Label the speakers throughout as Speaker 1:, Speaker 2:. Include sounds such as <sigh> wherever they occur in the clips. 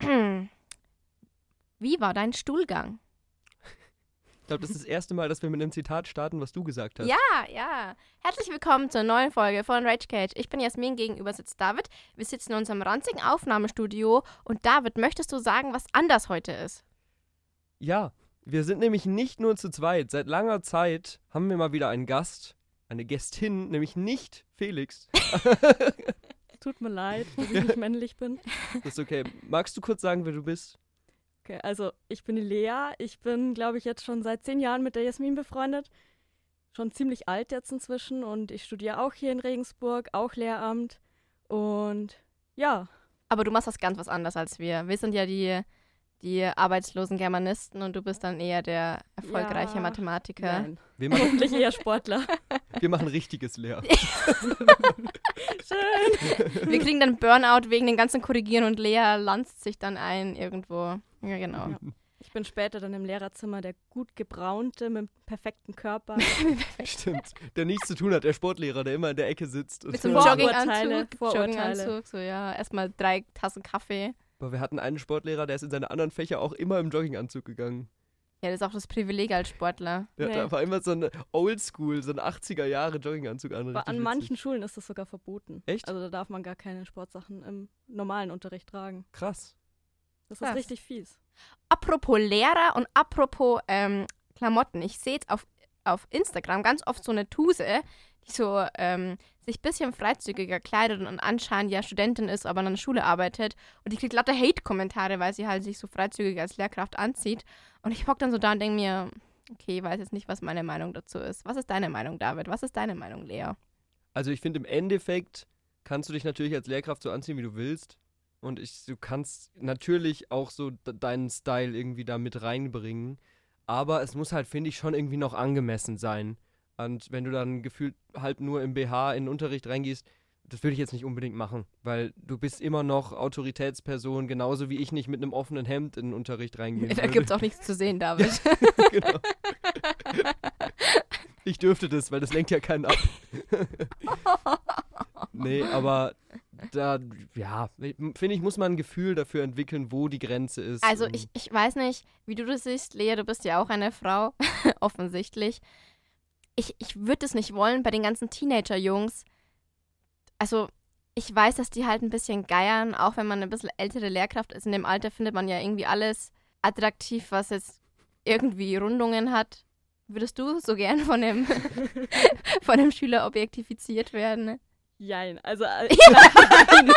Speaker 1: <clears throat> Wie war dein Stuhlgang?
Speaker 2: Ich glaube, das ist das erste Mal, dass wir mit einem Zitat starten, was du gesagt hast.
Speaker 1: Ja, Ah, ja. Herzlich willkommen zur neuen Folge von Rage Cage. Ich bin Jasmin, gegenüber sitzt David. Wir sitzen in unserem ranzigen Aufnahmestudio. Und David, möchtest du sagen, was anders heute ist?
Speaker 2: Ja, wir sind nämlich nicht nur zu zweit. Seit langer Zeit haben wir mal wieder einen Gast, eine Gästin, nämlich nicht Felix.
Speaker 3: Tut mir
Speaker 2: <laughs>
Speaker 3: leid, dass ich nicht männlich bin.
Speaker 2: Das ist okay. Magst du kurz sagen, wer du bist?
Speaker 3: Okay, also ich bin die Lea. Ich bin, glaube ich, jetzt schon seit zehn Jahren mit der Jasmin befreundet. Schon ziemlich alt jetzt inzwischen und ich studiere auch hier in Regensburg, auch Lehramt. Und ja,
Speaker 1: Aber du machst was ganz was anderes als wir. Wir sind ja die, die arbeitslosen Germanisten und du bist dann eher der erfolgreiche
Speaker 3: Ja.
Speaker 1: Mathematiker.
Speaker 3: nein.
Speaker 2: Wir machen,
Speaker 3: Hoffentlich eher Sportler.
Speaker 2: wir machen
Speaker 1: <laughs>
Speaker 2: richtiges Lehr.
Speaker 3: Schön.
Speaker 1: Wir kriegen dann Burnout wegen den ganzen Korrigieren und Lea lanzt sich dann ein irgendwo. Ja, <laughs> genau.
Speaker 3: Ich bin später dann im Lehrerzimmer der gut gebraunte mit dem perfekten
Speaker 2: <laughs>
Speaker 3: Körper.
Speaker 2: Stimmt. Der nichts zu tun hat, der Sportlehrer, der immer in der Ecke sitzt.
Speaker 1: Mit so einem
Speaker 3: Vorurteile,
Speaker 1: Jogginganzug,
Speaker 3: Vorurteile.
Speaker 1: Jogginganzug, so ja, erstmal drei Tassen Kaffee.
Speaker 2: Aber wir hatten einen Sportlehrer, der ist in seine anderen Fächer auch immer im Jogginganzug gegangen.
Speaker 1: Ja, das ist auch das Privileg als Sportler.
Speaker 2: Der
Speaker 3: Nee.
Speaker 2: hatte aber immer so einen Oldschool, so einen 80er-Jahre-Jogginganzug an.
Speaker 3: Aber
Speaker 2: richtig
Speaker 3: an
Speaker 2: witzig.
Speaker 3: manchen Schulen ist das sogar verboten.
Speaker 2: Echt?
Speaker 3: Also da darf man gar keine Sportsachen im normalen Unterricht tragen.
Speaker 2: Krass.
Speaker 3: Das
Speaker 1: Krass.
Speaker 3: ist richtig fies.
Speaker 1: Apropos Lehrer und apropos ähm, Klamotten. Ich sehe jetzt auf, auf Instagram ganz oft so eine Tuse, die so ähm, sich ein bisschen freizügiger kleidet und anscheinend ja Studentin ist, aber an der Schule arbeitet. Und die kriegt lauter Hate-Kommentare, weil sie halt sich so freizügig als Lehrkraft anzieht. Und ich hock dann so da und denke mir, okay, ich weiß jetzt nicht, was meine Meinung dazu ist. Was ist deine Meinung, David? Was ist deine Meinung, Lea?
Speaker 2: Also ich finde im Endeffekt kannst du dich natürlich als Lehrkraft so anziehen, wie du willst. Und ich, du kannst natürlich auch so de- deinen Style irgendwie da mit reinbringen. Aber es muss halt, finde ich, schon irgendwie noch angemessen sein. Und wenn du dann gefühlt halb nur im BH in den Unterricht reingehst, das würde ich jetzt nicht unbedingt machen, weil du bist immer noch Autoritätsperson, genauso wie ich nicht mit einem offenen Hemd in den Unterricht reingehen
Speaker 1: Da
Speaker 2: würde.
Speaker 1: gibt es auch nichts zu sehen, David.
Speaker 2: <laughs> genau. Ich dürfte das, weil das lenkt ja keinen ab.
Speaker 1: <laughs>
Speaker 2: nee, aber da, ja, finde ich, muss man ein Gefühl dafür entwickeln, wo die Grenze ist.
Speaker 1: Also
Speaker 2: und-
Speaker 1: ich, ich weiß nicht, wie du das siehst, Lea, du bist ja auch eine Frau, <laughs> offensichtlich. Ich, ich würde es nicht wollen bei den ganzen Teenager-Jungs. Also ich weiß, dass die halt ein bisschen geiern, auch wenn man ein bisschen ältere Lehrkraft ist. In dem Alter findet man ja irgendwie alles attraktiv, was jetzt irgendwie Rundungen hat. Würdest du so gern von dem, <laughs> von dem Schüler objektifiziert werden?
Speaker 3: Jein. Also, äh, <laughs> nein.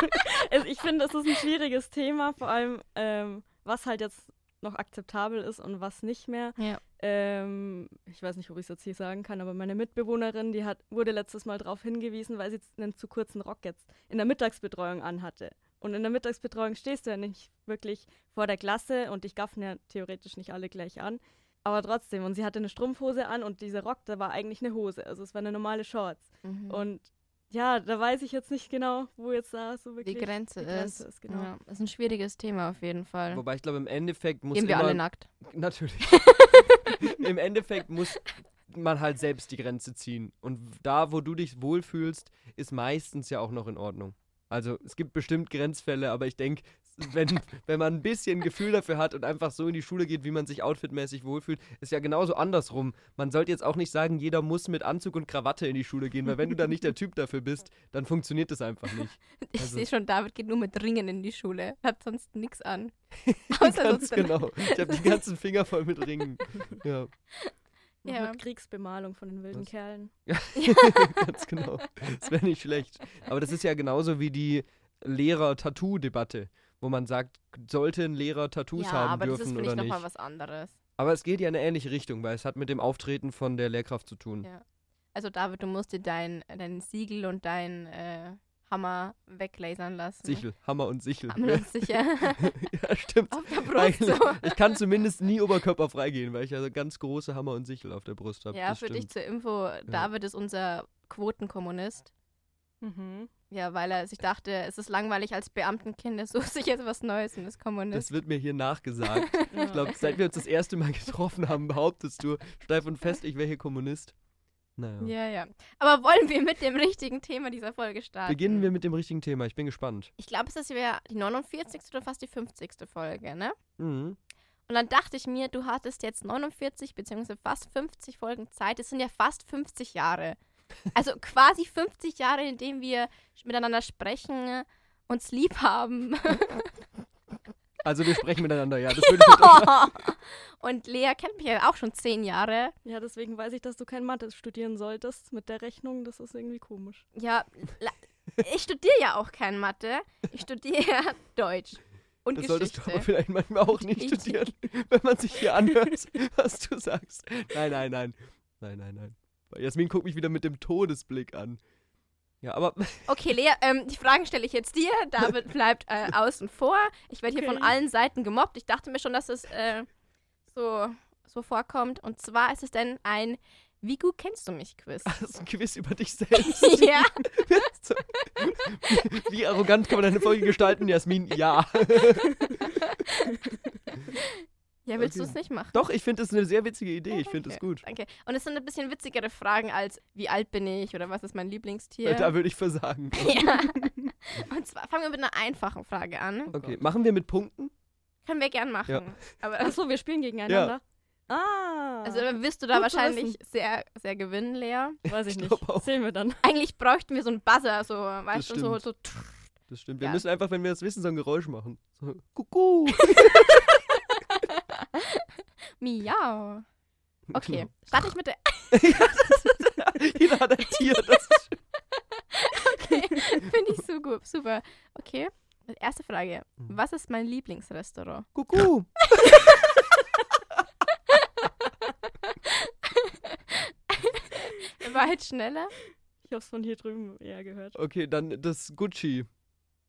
Speaker 3: also ich finde, das ist ein schwieriges Thema, vor allem ähm, was halt jetzt noch akzeptabel ist und was nicht mehr.
Speaker 1: Ja.
Speaker 3: Ähm, ich weiß nicht, ob ich es jetzt hier sagen kann, aber meine Mitbewohnerin, die hat, wurde letztes Mal darauf hingewiesen, weil sie jetzt einen zu kurzen Rock jetzt in der Mittagsbetreuung anhatte. Und in der Mittagsbetreuung stehst du ja nicht wirklich vor der Klasse und dich gaffen ja theoretisch nicht alle gleich an. Aber trotzdem, und sie hatte eine Strumpfhose an und dieser Rock, da war eigentlich eine Hose. Also es war eine normale Shorts.
Speaker 1: Mhm.
Speaker 3: Und ja, da weiß ich jetzt nicht genau, wo jetzt da so
Speaker 1: die
Speaker 3: wirklich
Speaker 1: Grenze,
Speaker 3: die Grenze ist. genau.
Speaker 1: Ja, ist ein schwieriges Thema auf jeden Fall.
Speaker 2: Wobei ich glaube, im Endeffekt muss
Speaker 1: Gehen wir
Speaker 2: immer,
Speaker 1: alle nackt.
Speaker 2: Natürlich. Im Endeffekt muss man halt selbst die Grenze ziehen. Und da, wo du dich wohlfühlst, ist meistens ja auch noch in Ordnung. Also es gibt bestimmt Grenzfälle, aber ich denke, wenn, wenn man ein bisschen Gefühl dafür hat und einfach so in die Schule geht, wie man sich outfitmäßig wohlfühlt, ist ja genauso andersrum. Man sollte jetzt auch nicht sagen, jeder muss mit Anzug und Krawatte in die Schule gehen, weil wenn du da nicht der Typ dafür bist, dann funktioniert das einfach nicht.
Speaker 1: <laughs> Ich
Speaker 2: Also-
Speaker 1: sehe schon, David geht nur mit Ringen in die Schule, hat sonst nichts
Speaker 2: <laughs>
Speaker 1: an. Außer
Speaker 2: Ganz
Speaker 1: sonst genau.
Speaker 2: genau. Ich habe die ganzen Finger voll mit Ringen. Ja.
Speaker 3: Noch
Speaker 1: Ja.
Speaker 3: Mit Kriegsbemalung von den wilden
Speaker 2: Das-
Speaker 3: Kerlen.
Speaker 2: <laughs> Ganz genau. Das wäre nicht schlecht. Aber das ist ja genauso wie die Lehrer-Tattoo-Debatte, wo man sagt, sollte ein Lehrer Tattoos
Speaker 1: Ja,
Speaker 2: haben
Speaker 1: aber das ist,
Speaker 2: dürfen
Speaker 1: finde ich,
Speaker 2: oder
Speaker 1: nochmal
Speaker 2: nicht.
Speaker 1: was anderes.
Speaker 2: Aber es geht ja in eine ähnliche Richtung, weil es hat mit dem Auftreten von der Lehrkraft zu tun.
Speaker 1: Ja. Also, David, du musst dir dein, dein Siegel und dein äh, Hammer weglasern lassen. <laughs>
Speaker 2: Sichel, Hammer und Sichel.
Speaker 1: Haben wir uns sicher
Speaker 2: <laughs> ja, stimmt.
Speaker 1: auf der Brust.
Speaker 2: Eigentlich-
Speaker 1: So.
Speaker 2: Ich kann zumindest nie Oberkörper freigehen, weil ich ja so ganz große Hammer und Sichel auf der Brust habe.
Speaker 1: Ja,
Speaker 2: das
Speaker 1: für dich
Speaker 2: stimmt.
Speaker 1: zur Info, David ist unser Quotenkommunist.
Speaker 3: <laughs> Mhm.
Speaker 1: Ja, weil er sich dachte, es ist langweilig als Beamtenkind, er sucht sich jetzt was Neues und ist Kommunist.
Speaker 2: Das wird mir hier nachgesagt. Ich glaube, seit wir uns das erste Mal getroffen haben, behauptest du steif und fest, ich wäre hier Kommunist. Naja.
Speaker 1: ja, ja. Aber wollen wir mit dem richtigen Thema dieser Folge starten?
Speaker 2: Beginnen wir mit dem richtigen Thema. Ich bin gespannt.
Speaker 1: Ich glaube, es ist ja die 49. oder fast die 50. Folge, ne? Und
Speaker 2: Mhm.
Speaker 1: Und dann dachte ich mir, du hattest jetzt 49 bzw. fast 50 Folgen Zeit. Das sind ja fast 50
Speaker 2: <laughs>
Speaker 1: Jahre. Also quasi 50 Jahre, in denen wir miteinander sprechen, uns lieb
Speaker 2: <laughs>
Speaker 1: haben.
Speaker 2: Also wir sprechen miteinander, ja.
Speaker 1: <laughs>
Speaker 2: Das würde ich
Speaker 1: Und Lea kennt mich ja auch schon 10 Jahre.
Speaker 3: Ja, deswegen weiß ich, dass du kein Mathe studieren solltest mit der Rechnung. Das ist irgendwie komisch.
Speaker 1: Ja, la- ich studiere ja auch kein Mathe. Ich studiere <laughs> ja Deutsch und
Speaker 2: das solltest du
Speaker 1: Geschichte.
Speaker 2: aber vielleicht manchmal auch nicht
Speaker 1: Geschichte.
Speaker 2: studieren, <laughs> wenn man sich
Speaker 1: <laughs>
Speaker 2: hier anhört, was du sagst. Nein, nein, nein. Nein, nein, nein. Jasmin guckt mich wieder mit dem Todesblick an. Ja, aber <laughs>
Speaker 1: Okay, Lea, ähm, die Fragen stelle ich jetzt dir. David bleibt äh, außen vor. Ich werde hier von
Speaker 3: Okay.
Speaker 1: allen Seiten gemobbt. Ich dachte mir schon, dass es äh, so, so vorkommt. Und zwar ist es denn ein Wie gut kennst du mich Quiz?
Speaker 2: das ist ein Quiz über dich selbst.
Speaker 1: <laughs> ja,
Speaker 2: Wie arrogant kann man eine Folge gestalten, Jasmin?
Speaker 1: <laughs>
Speaker 2: Ja.
Speaker 1: ja willst du
Speaker 2: Okay.
Speaker 1: es nicht machen?
Speaker 2: Doch, ich finde das eine sehr witzige Idee. Ich finde das gut.
Speaker 1: Danke. Und es sind ein bisschen witzigere Fragen als Wie alt bin ich oder was ist mein Lieblingstier?
Speaker 2: Da würde ich versagen.
Speaker 1: <laughs> ja. Und zwar fangen wir mit einer einfachen Frage an.
Speaker 2: Okay, machen wir mit Punkten?
Speaker 1: Können wir gern machen.
Speaker 2: Ja.
Speaker 1: Aber das,
Speaker 3: Achso, wir spielen gegeneinander. Ah,
Speaker 1: also dann wirst du da
Speaker 3: Gut zu
Speaker 1: wahrscheinlich sehr, sehr gewinnen, Lea.
Speaker 3: weiß ich
Speaker 2: Ich
Speaker 3: nicht.
Speaker 2: glaub auch.
Speaker 3: Sehen wir dann.
Speaker 1: Eigentlich bräuchten wir so einen Buzzer, so, weißt du, so,
Speaker 2: stimmt.
Speaker 1: so tsch,
Speaker 2: Das stimmt. Wir
Speaker 1: Ja.
Speaker 2: müssen einfach, wenn wir das wissen, so ein Geräusch machen.
Speaker 1: <laughs>
Speaker 2: So, Kuckuck.
Speaker 1: miau. Okay, starte ich mit der. <laughs>
Speaker 2: <laughs> Jeder hat ein Tier. Das ist
Speaker 1: Okay, finde ich so gut, super. Okay, erste Frage. Was ist mein
Speaker 2: <laughs>
Speaker 1: Lieblingsrestaurant? <laughs>
Speaker 2: Kuckuck.
Speaker 1: War halt schneller.
Speaker 3: Ich hab's von hier drüben eher gehört.
Speaker 2: Okay, dann das Gucci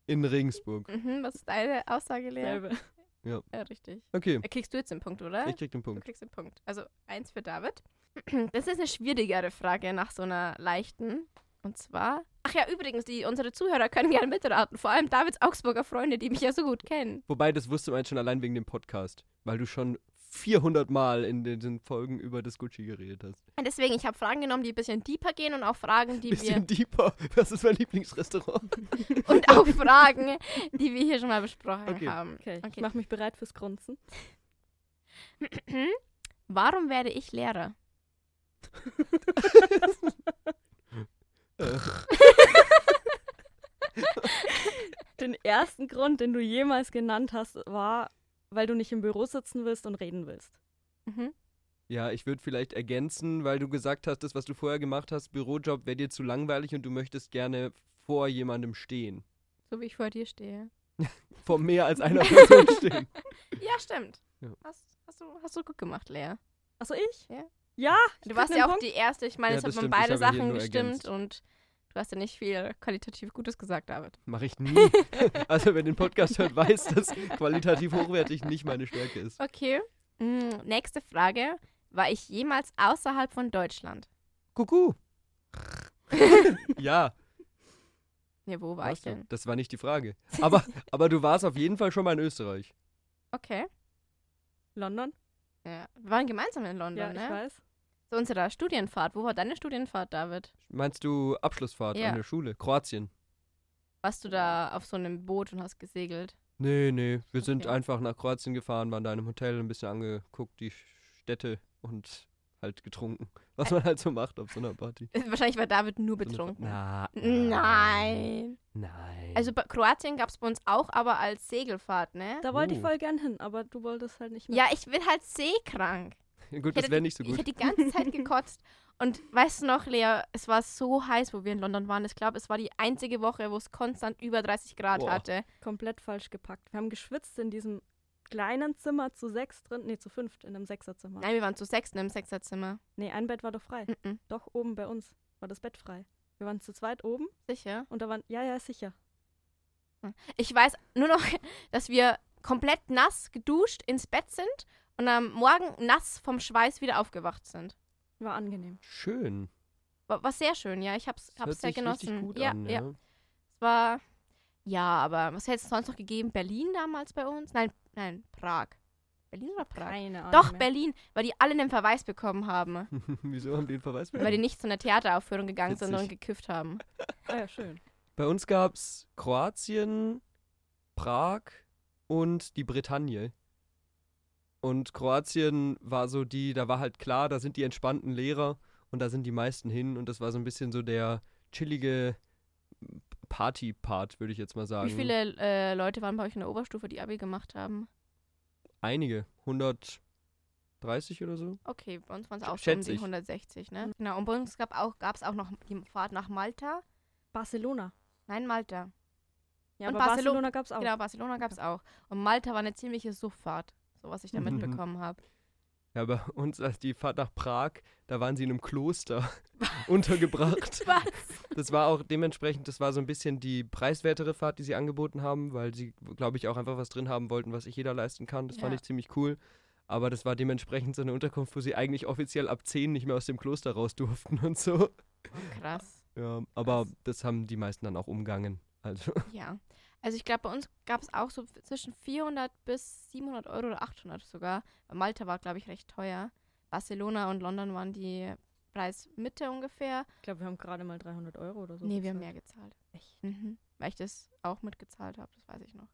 Speaker 2: in Regensburg.
Speaker 1: Mhm, was ist deine Aussage, Lea?
Speaker 3: Selbe.
Speaker 1: Ja, richtig.
Speaker 2: Okay,
Speaker 1: Äh, Kriegst du jetzt den Punkt, oder?
Speaker 2: ich krieg den
Speaker 1: Du
Speaker 2: Punkt.
Speaker 1: kriegst den Punkt. Also eins für David. <clears throat> Das ist eine schwierigere Frage nach so einer leichten. Und zwar. Ach ja, übrigens, die, unsere Zuhörer können gerne mitraten. Vor allem Davids Augsburger Freunde, die mich ja so gut kennen.
Speaker 2: Wobei, das wusste man jetzt schon allein wegen dem Podcast, weil du schon 400 Mal in den, den Folgen über das Gucci geredet hast.
Speaker 1: Und deswegen, ich habe Fragen genommen, die ein bisschen deeper gehen und auch Fragen, die wir.
Speaker 2: Bisschen deeper. Das ist mein Lieblingsrestaurant. <laughs>
Speaker 1: Und auch Fragen, die wir hier schon mal besprochen
Speaker 2: Okay.
Speaker 1: haben. <clears throat>
Speaker 3: Okay, ich
Speaker 1: Okay.
Speaker 3: mach mich bereit fürs Grunzen. <laughs>
Speaker 1: Warum werde ich
Speaker 2: <laughs>
Speaker 1: Lehrer?
Speaker 2: Äh,
Speaker 3: Den ersten Grund, den du jemals genannt hast, war, weil du nicht im Büro sitzen willst und reden willst.
Speaker 1: Mhm.
Speaker 2: ja, ich würde vielleicht ergänzen, weil du gesagt hast, das, was du vorher gemacht hast, Bürojob, wäre dir zu langweilig und du möchtest gerne vor jemandem stehen.
Speaker 1: So wie ich vor dir stehe.
Speaker 2: Vor mehr als einer Person stehen.
Speaker 1: Ja, stimmt.
Speaker 2: Ja.
Speaker 1: Hast, hast, du, hast du gut gemacht, Lea.
Speaker 3: Achso, ich?
Speaker 1: Ja.
Speaker 3: Ja,
Speaker 1: Du
Speaker 3: krieg
Speaker 1: warst
Speaker 3: einen
Speaker 1: ja auch
Speaker 3: Punkt.
Speaker 1: die Erste. Ich meine,
Speaker 2: Ja,
Speaker 1: es
Speaker 2: das
Speaker 1: hat man
Speaker 2: stimmt, das
Speaker 1: beide
Speaker 2: habe ich hier
Speaker 1: Sachen
Speaker 2: nur
Speaker 1: gestimmt
Speaker 2: ergänzt.
Speaker 1: und du hast ja nicht viel qualitativ Gutes gesagt, David.
Speaker 2: Mache ich nie. <laughs> Also, wer den Podcast hört, weiß, dass qualitativ hochwertig nicht meine Stärke ist.
Speaker 1: Okay. Mm, nächste Frage. War ich jemals außerhalb von
Speaker 2: <laughs>
Speaker 1: Deutschland?
Speaker 2: Kuckuck. ja.
Speaker 1: Ne, wo war ich
Speaker 2: warst du.
Speaker 1: denn?
Speaker 2: Das war nicht die Frage.
Speaker 1: <laughs>
Speaker 2: Aber, aber du warst auf jeden Fall schon mal in Österreich.
Speaker 1: Okay.
Speaker 3: London?
Speaker 1: Ja. Wir waren gemeinsam in London,
Speaker 3: Ja,
Speaker 1: ne?
Speaker 3: ich weiß.
Speaker 1: Zu unserer Studienfahrt. Wo war deine Studienfahrt, David?
Speaker 2: Meinst du Abschlussfahrt
Speaker 1: Ja.
Speaker 2: an der Schule? Kroatien?
Speaker 1: Warst du da auf so einem Boot und hast gesegelt? <laughs>
Speaker 2: Nee, nee. Wir sind
Speaker 1: Okay.
Speaker 2: einfach nach Kroatien gefahren, waren da in einem Hotel, ein bisschen angeguckt, die Städte und halt getrunken. Was man halt so macht auf so einer Party.
Speaker 1: Wahrscheinlich war David nur
Speaker 2: So eine-
Speaker 1: betrunken.
Speaker 2: Na,
Speaker 1: Nein.
Speaker 2: Nein.
Speaker 1: Also bei Kroatien gab es bei uns auch, aber als Segelfahrt, ne?
Speaker 3: Da wollte ich
Speaker 2: Oh.
Speaker 3: voll gern hin, aber du wolltest halt nicht mit.
Speaker 1: Ja, ich bin halt seekrank.
Speaker 2: gut, das
Speaker 1: hätte die-
Speaker 2: wäre nicht so
Speaker 1: Ich
Speaker 2: gut.
Speaker 1: hätte die ganze
Speaker 2: <laughs>
Speaker 1: Zeit gekotzt. Und weißt du noch, Lea, es war so heiß, wo wir in London waren. Ich glaube, es war die einzige Woche, wo es konstant über 30 Grad
Speaker 2: Boah.
Speaker 1: hatte.
Speaker 3: Komplett falsch gepackt. Wir haben geschwitzt in diesem kleinen Zimmer zu sechs drin. Nee, zu fünft, in einem Sechserzimmer.
Speaker 1: Nein, wir waren zu sechs in einem Sechserzimmer.
Speaker 3: Nee, ein Bett war doch frei.
Speaker 1: Mhm.
Speaker 3: Doch, oben bei uns war das Bett frei. Wir waren zu zweit oben
Speaker 1: Sicher?
Speaker 3: und da waren, ja, ja, sicher.
Speaker 1: Ich weiß nur noch, <laughs> dass wir komplett nass geduscht ins Bett sind und am Morgen nass vom Schweiß wieder aufgewacht sind.
Speaker 3: War angenehm.
Speaker 2: Schön.
Speaker 1: War, war sehr schön, ja. Ich hab's,
Speaker 2: Das hört
Speaker 1: hab's sehr
Speaker 2: sich
Speaker 1: genossen.
Speaker 2: richtig gut
Speaker 1: ja,
Speaker 2: an,
Speaker 1: ja.
Speaker 2: ja.
Speaker 1: Es war. Ja, aber was hätte es sonst noch gegeben? Berlin damals bei uns? Nein, nein, Prag. Berlin oder Prag?
Speaker 3: Keine Ahnung.
Speaker 1: Doch,
Speaker 3: mehr.
Speaker 1: Berlin, weil die alle einen Verweis bekommen haben.
Speaker 2: <laughs> Wieso haben die den Verweis
Speaker 1: Weil die nicht zu einer Theateraufführung gegangen sind,
Speaker 2: Witzig.
Speaker 1: sondern gekifft haben.
Speaker 3: Ah, ja, schön.
Speaker 2: Bei uns gab es Kroatien, Prag und die Bretagne. Und Kroatien war so die, da war halt klar, da sind die entspannten Lehrer und da sind die meisten hin. Und das war so ein bisschen so der chillige Party-Part, würde ich jetzt mal sagen.
Speaker 1: Wie viele äh, Leute waren bei euch in der Oberstufe, die Abi gemacht haben?
Speaker 2: Einige. 130 oder so.
Speaker 1: Okay, bei uns waren es auch schon um
Speaker 2: Schätze
Speaker 1: die
Speaker 2: ich.
Speaker 1: 160, ne?
Speaker 3: Mhm.
Speaker 1: Genau, und bei uns gab es auch, gab's auch noch die Fahrt nach Malta.
Speaker 3: Barcelona.
Speaker 1: Nein, Malta.
Speaker 3: Ja,
Speaker 1: Und
Speaker 3: aber
Speaker 1: Barcelo-
Speaker 3: Barcelona gab es auch.
Speaker 1: Genau, Barcelona gab es auch. Und Malta war eine ziemliche Suchtfahrt, so was ich da
Speaker 2: Mhm.
Speaker 1: mitbekommen habe.
Speaker 2: <laughs> Ja, bei uns, als die Fahrt nach Prag, da waren sie in einem Kloster <laughs> untergebracht.
Speaker 1: Was?
Speaker 2: Das war auch dementsprechend, das war so ein bisschen die preiswertere Fahrt, die sie angeboten haben, weil sie, glaube ich, auch einfach was drin haben wollten, was sich jeder leisten kann. Das fand
Speaker 1: Ja.
Speaker 2: ich ziemlich cool. Aber das war dementsprechend so eine Unterkunft, wo sie eigentlich offiziell ab 10 nicht mehr aus dem Kloster raus durften und so.
Speaker 1: Oh, Krass.
Speaker 2: Ja, aber
Speaker 1: Krass.
Speaker 2: das haben die meisten dann auch umgangen. Also, <laughs>
Speaker 1: Ja. Also ich glaube, bei uns gab es auch so zwischen 400 bis 700 Euro oder 800 sogar. Bei Malta war, glaube ich, recht teuer. Barcelona und London waren die Preismitte ungefähr.
Speaker 3: Ich glaube, wir haben gerade mal 300 Euro oder so.
Speaker 1: nee, wir haben mehr
Speaker 3: gezahlt.
Speaker 1: gezahlt. Mhm. Weil ich das auch mitgezahlt habe, das weiß ich noch.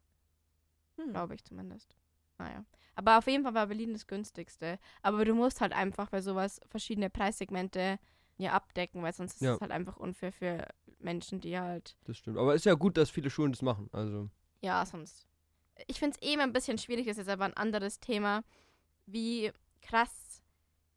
Speaker 3: Hm.
Speaker 1: Glaube ich zumindest. Naja. Aber auf jeden Fall war Berlin das günstigste. Aber du musst halt einfach bei sowas verschiedene Preissegmente ja abdecken, weil sonst ist
Speaker 2: Ja.
Speaker 1: es halt einfach unfair für Menschen, die halt,
Speaker 2: das stimmt. Aber ist ja gut, dass viele Schulen das machen. Also,
Speaker 1: ja, sonst. Ich finde es eben ein bisschen schwierig, das ist jetzt aber ein anderes Thema, wie krass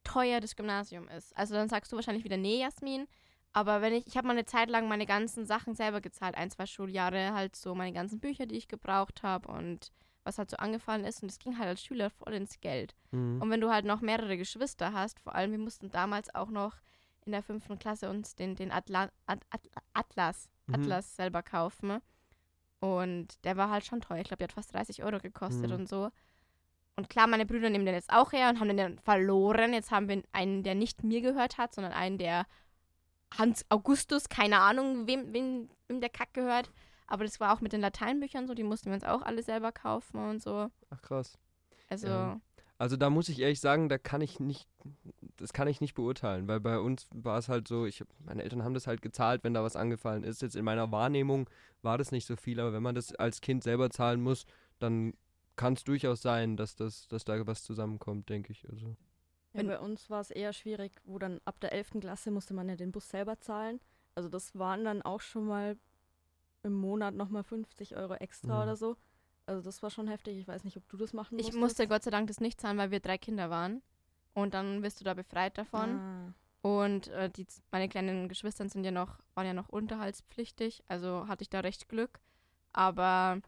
Speaker 1: teuer das Gymnasium ist. Also dann sagst du wahrscheinlich wieder, nee, Jasmin. Aber wenn ich, ich habe mal eine Zeit lang meine ganzen Sachen selber gezahlt, ein, zwei Schuljahre, halt so meine ganzen Bücher, die ich gebraucht habe und was halt so angefallen ist. Und das ging halt als Schüler voll ins Geld.
Speaker 2: mhm.
Speaker 1: Und wenn du halt noch mehrere Geschwister hast, vor allem, wir mussten damals auch noch in der fünften Klasse uns den, den Atla At At Atlas,
Speaker 2: Mhm.
Speaker 1: Atlas selber kaufen. Und der war halt schon teuer. Ich glaube, der hat fast 30 Euro gekostet
Speaker 2: Mhm.
Speaker 1: und so. Und klar, meine Brüder nehmen den jetzt auch her und haben den dann verloren. Jetzt haben wir einen, der nicht mir gehört hat, sondern einen, der Hans Augustus, keine Ahnung, wem, wem, wem der Kack gehört. Aber das war auch mit den Lateinbüchern so, die mussten wir uns auch alle selber kaufen und so.
Speaker 2: Ach, krass.
Speaker 1: Also,
Speaker 2: Ja. Also da muss ich ehrlich sagen, da kann ich nicht, das kann ich nicht beurteilen, weil bei uns war es halt so, ich, hab- meine Eltern haben das halt gezahlt, wenn da was angefallen ist. Jetzt in meiner Wahrnehmung war das nicht so viel, aber wenn man das als Kind selber zahlen muss, dann kann es durchaus sein, dass das, dass da was zusammenkommt, denke ich. Also.
Speaker 3: Ja,
Speaker 1: Wenn-
Speaker 3: bei uns war es eher schwierig, wo dann ab der 11. Klasse musste man ja den Bus selber zahlen. Also das waren dann auch schon mal im Monat nochmal 50 Euro extra
Speaker 2: Mhm.
Speaker 3: oder so. Also das war schon heftig. Ich weiß nicht, ob du das machen
Speaker 1: Ich
Speaker 3: musstest.
Speaker 1: musste Gott sei Dank das nicht zahlen, weil wir drei Kinder waren. Und dann bist du da befreit davon.
Speaker 3: Ah.
Speaker 1: Und äh, die, z- meine kleinen Geschwister sind ja noch, waren ja noch unterhaltspflichtig. Also hatte ich da recht Glück. Aber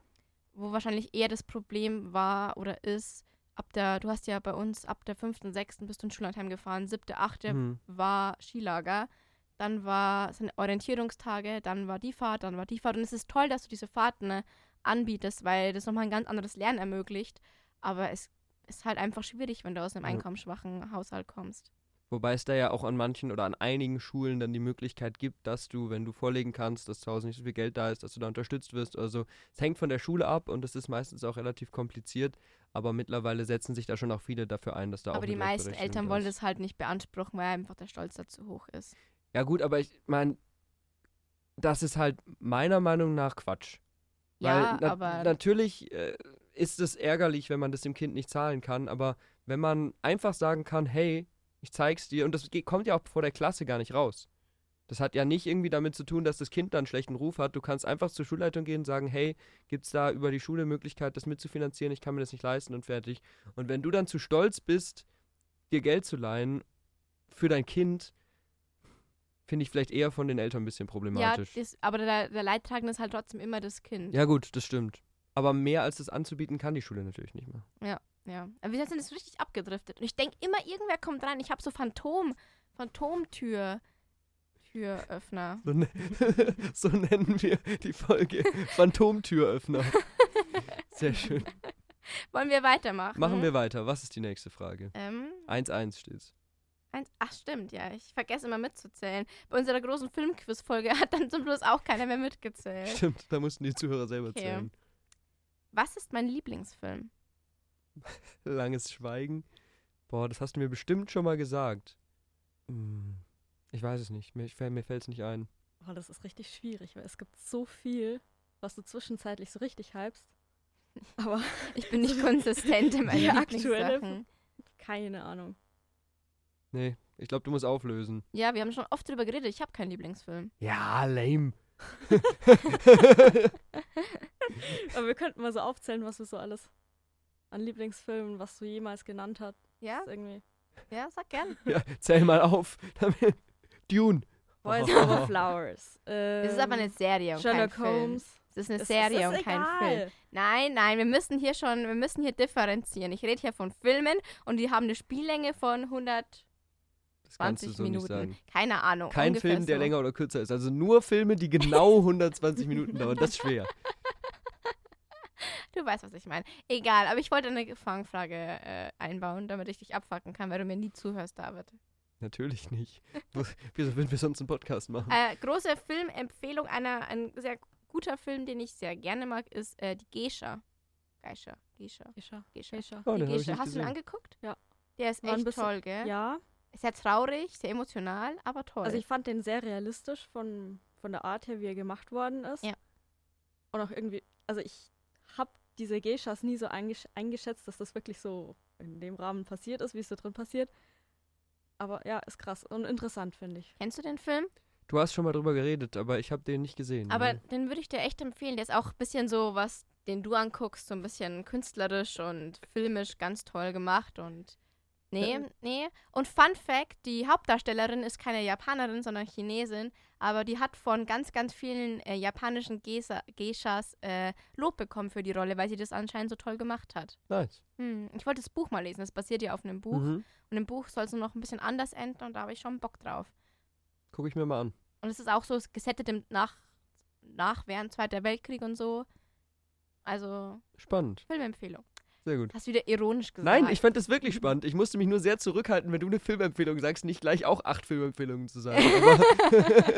Speaker 1: wo wahrscheinlich eher das Problem war oder ist, ab der, du hast ja bei uns ab der fünften, sechsten bist du ins Schullandheim gefahren, siebte, achte
Speaker 2: Mhm.
Speaker 1: war Skilager, dann war sind Orientierungstage, dann war die Fahrt, dann war die Fahrt. Und es ist toll, dass du diese Fahrten ne, anbietest, weil das nochmal ein ganz anderes Lernen ermöglicht. Aber es ist halt einfach schwierig, wenn du aus einem
Speaker 2: Ja.
Speaker 1: einkommensschwachen Haushalt kommst.
Speaker 2: Wobei es da ja auch an manchen oder an einigen Schulen dann die Möglichkeit gibt, dass du, wenn du vorlegen kannst, dass zu Hause nicht so viel Geld da ist, dass du da unterstützt wirst. Also es hängt von der Schule ab und es ist meistens auch relativ kompliziert, aber mittlerweile setzen sich da schon auch viele dafür ein, dass da auch
Speaker 1: Aber die
Speaker 2: mit euch
Speaker 1: meisten
Speaker 2: berechnet
Speaker 1: Eltern
Speaker 2: wird.
Speaker 1: wollen das halt nicht beanspruchen, weil einfach der Stolz dazu hoch ist.
Speaker 2: Ja gut, aber ich meine, das ist halt meiner Meinung nach Quatsch.
Speaker 1: Ja,
Speaker 2: Weil na-
Speaker 1: aber
Speaker 2: natürlich äh, ist es ärgerlich, wenn man das dem Kind nicht zahlen kann, aber wenn man einfach sagen kann, hey, ich zeig's dir, und das ge- kommt ja auch vor der Klasse gar nicht raus. Das hat ja nicht irgendwie damit zu tun, dass das Kind dann einen schlechten Ruf hat. Du kannst einfach zur Schulleitung gehen und sagen, hey, gibt's da über die Schule Möglichkeit, das mitzufinanzieren? Ich kann mir das nicht leisten und fertig. Und wenn du dann zu stolz bist, dir Geld zu leihen für dein Kind, finde ich vielleicht eher von den Eltern ein bisschen
Speaker 1: ja,
Speaker 2: problematisch.
Speaker 1: das, aber der, der Leidtragende ist halt trotzdem immer das Kind.
Speaker 2: Ja, gut, das stimmt. Aber mehr als das anzubieten kann die Schule natürlich nicht mehr.
Speaker 1: Ja. Aber wir sind jetzt richtig abgedriftet. Und ich denke immer, irgendwer kommt rein. Ich habe so Phantom, Phantomtür, Türöffner.
Speaker 2: So, ne <laughs> so nennen wir die Folge <laughs> Phantomtüröffner. Sehr schön.
Speaker 1: <laughs> Wollen wir weitermachen?
Speaker 2: Machen wir weiter. Was ist die nächste Frage?
Speaker 1: Ähm,
Speaker 2: 1-1 steht's.
Speaker 1: eins, ach, stimmt, ja. Ich vergesse immer mitzuzählen. Bei unserer großen Filmquiz-Folge hat dann zum Schluss auch keiner mehr mitgezählt.
Speaker 2: Stimmt, da mussten die Zuhörer selber
Speaker 1: Äh? Okay.
Speaker 2: zählen.
Speaker 1: Was ist mein Lieblingsfilm?
Speaker 2: Langes Schweigen. Boah, das hast du mir bestimmt schon mal gesagt. Hm, Ich weiß es nicht. Mir, fäll- mir fällt es nicht ein.
Speaker 3: Oh, das ist richtig schwierig, weil es gibt so viel, was du zwischenzeitlich so richtig hypst. Aber
Speaker 1: Ich bin nicht konsistent in meinen
Speaker 3: <laughs> Die aktuelle-
Speaker 1: Lieblingssachen.
Speaker 3: keine Ahnung.
Speaker 2: Nee, ich glaube, du musst auflösen.
Speaker 1: Ja, wir haben schon oft drüber geredet. Ich habe keinen
Speaker 3: <laughs>
Speaker 1: Lieblingsfilm.
Speaker 2: Ja, <laughs> lame.
Speaker 3: Aber wir könnten mal so aufzählen, was wir so alles an Lieblingsfilmen, was du jemals genannt hast.
Speaker 1: Ja,
Speaker 3: ist Irgendwie.
Speaker 1: ja, sag
Speaker 3: Ähm,
Speaker 1: gern.
Speaker 2: ja, zähl mal auf. damit- Dune. <laughs>
Speaker 3: Boys Over Flowers. Ähm,
Speaker 1: Das ist aber eine Serie und
Speaker 3: Sherlock
Speaker 1: kein Film.
Speaker 3: Holmes.
Speaker 1: Das ist eine
Speaker 3: Es-
Speaker 1: Serie
Speaker 3: es ist
Speaker 1: und kein
Speaker 3: egal.
Speaker 1: Film. Nein, nein, wir müssen hier schon, wir müssen hier differenzieren. Ich rede hier von Filmen und die haben eine Spiellänge von 120
Speaker 2: Das kannst du so nicht
Speaker 1: Minuten.
Speaker 2: sagen.
Speaker 1: Keine Ahnung.
Speaker 2: Kein
Speaker 1: ungefähr
Speaker 2: Film, der
Speaker 1: so.
Speaker 2: länger oder kürzer ist. Also nur Filme, die
Speaker 1: <laughs>
Speaker 2: genau 120 Minuten dauern. Das ist schwer.
Speaker 1: Du weißt, was ich meine. Egal, aber ich wollte eine Fangfrage äh, einbauen, damit ich dich abfacken kann, weil du mir nie zuhörst, David.
Speaker 2: Natürlich nicht. Wo- Wieso würden wir sonst einen Podcast machen?
Speaker 1: Äh, große Filmempfehlung, einer, ein sehr guter Film, den ich sehr gerne mag, ist äh, die Geisha. Geisha, Geisha,
Speaker 3: Isha.
Speaker 1: Geisha.
Speaker 3: Isha.
Speaker 2: Oh,
Speaker 1: die
Speaker 2: den hab ich
Speaker 1: Geisha.
Speaker 2: nicht
Speaker 1: Hast du ihn
Speaker 2: gesehen.
Speaker 1: angeguckt?
Speaker 3: Ja.
Speaker 1: Der ist
Speaker 3: War ein
Speaker 1: echt
Speaker 3: bisschen-
Speaker 1: toll, gell?
Speaker 3: Ja,
Speaker 1: Sehr traurig, sehr emotional, aber toll.
Speaker 3: also ich fand den sehr realistisch von, von der Art her, wie er gemacht worden ist.
Speaker 1: Ja.
Speaker 3: Und auch irgendwie, also ich habe diese Geishas nie so eingesch eingeschätzt, dass das wirklich so in dem Rahmen passiert ist, wie es da drin passiert. Aber ja, ist krass und interessant, finde ich.
Speaker 1: Kennst du den Film?
Speaker 2: Du hast schon mal drüber geredet, aber ich habe den nicht gesehen.
Speaker 1: Aber
Speaker 2: Nee.
Speaker 1: den würde ich dir echt empfehlen. Der ist auch ein bisschen so, was den du anguckst, so ein bisschen künstlerisch und filmisch ganz toll gemacht und. Nee,
Speaker 3: Ja.
Speaker 1: nee. Und Fun Fact: Die Hauptdarstellerin ist keine Japanerin, sondern Chinesin, aber die hat von ganz, ganz vielen äh, japanischen Geisa- Geishas äh, Lob bekommen für die Rolle, weil sie das anscheinend so toll gemacht hat.
Speaker 2: Nice.
Speaker 1: Hm, ich wollte das Buch mal lesen, das basiert ja auf einem Buch.
Speaker 2: Mhm.
Speaker 1: Und im Buch soll es noch ein bisschen anders enden und da habe ich schon Bock drauf.
Speaker 2: Guck ich mir mal an.
Speaker 1: Und es ist auch so gesettet im nach, nach während Zweiter Weltkrieg und so. Also,
Speaker 2: Spannend.
Speaker 1: Filmempfehlung.
Speaker 2: Sehr gut.
Speaker 1: Hast du wieder ironisch gesagt.
Speaker 2: Nein, ich <laughs> fand das wirklich spannend. Ich musste mich nur sehr zurückhalten, wenn du eine Filmempfehlung sagst, nicht gleich auch acht Filmempfehlungen zu
Speaker 1: <laughs>
Speaker 2: sagen. Aber
Speaker 1: <laughs>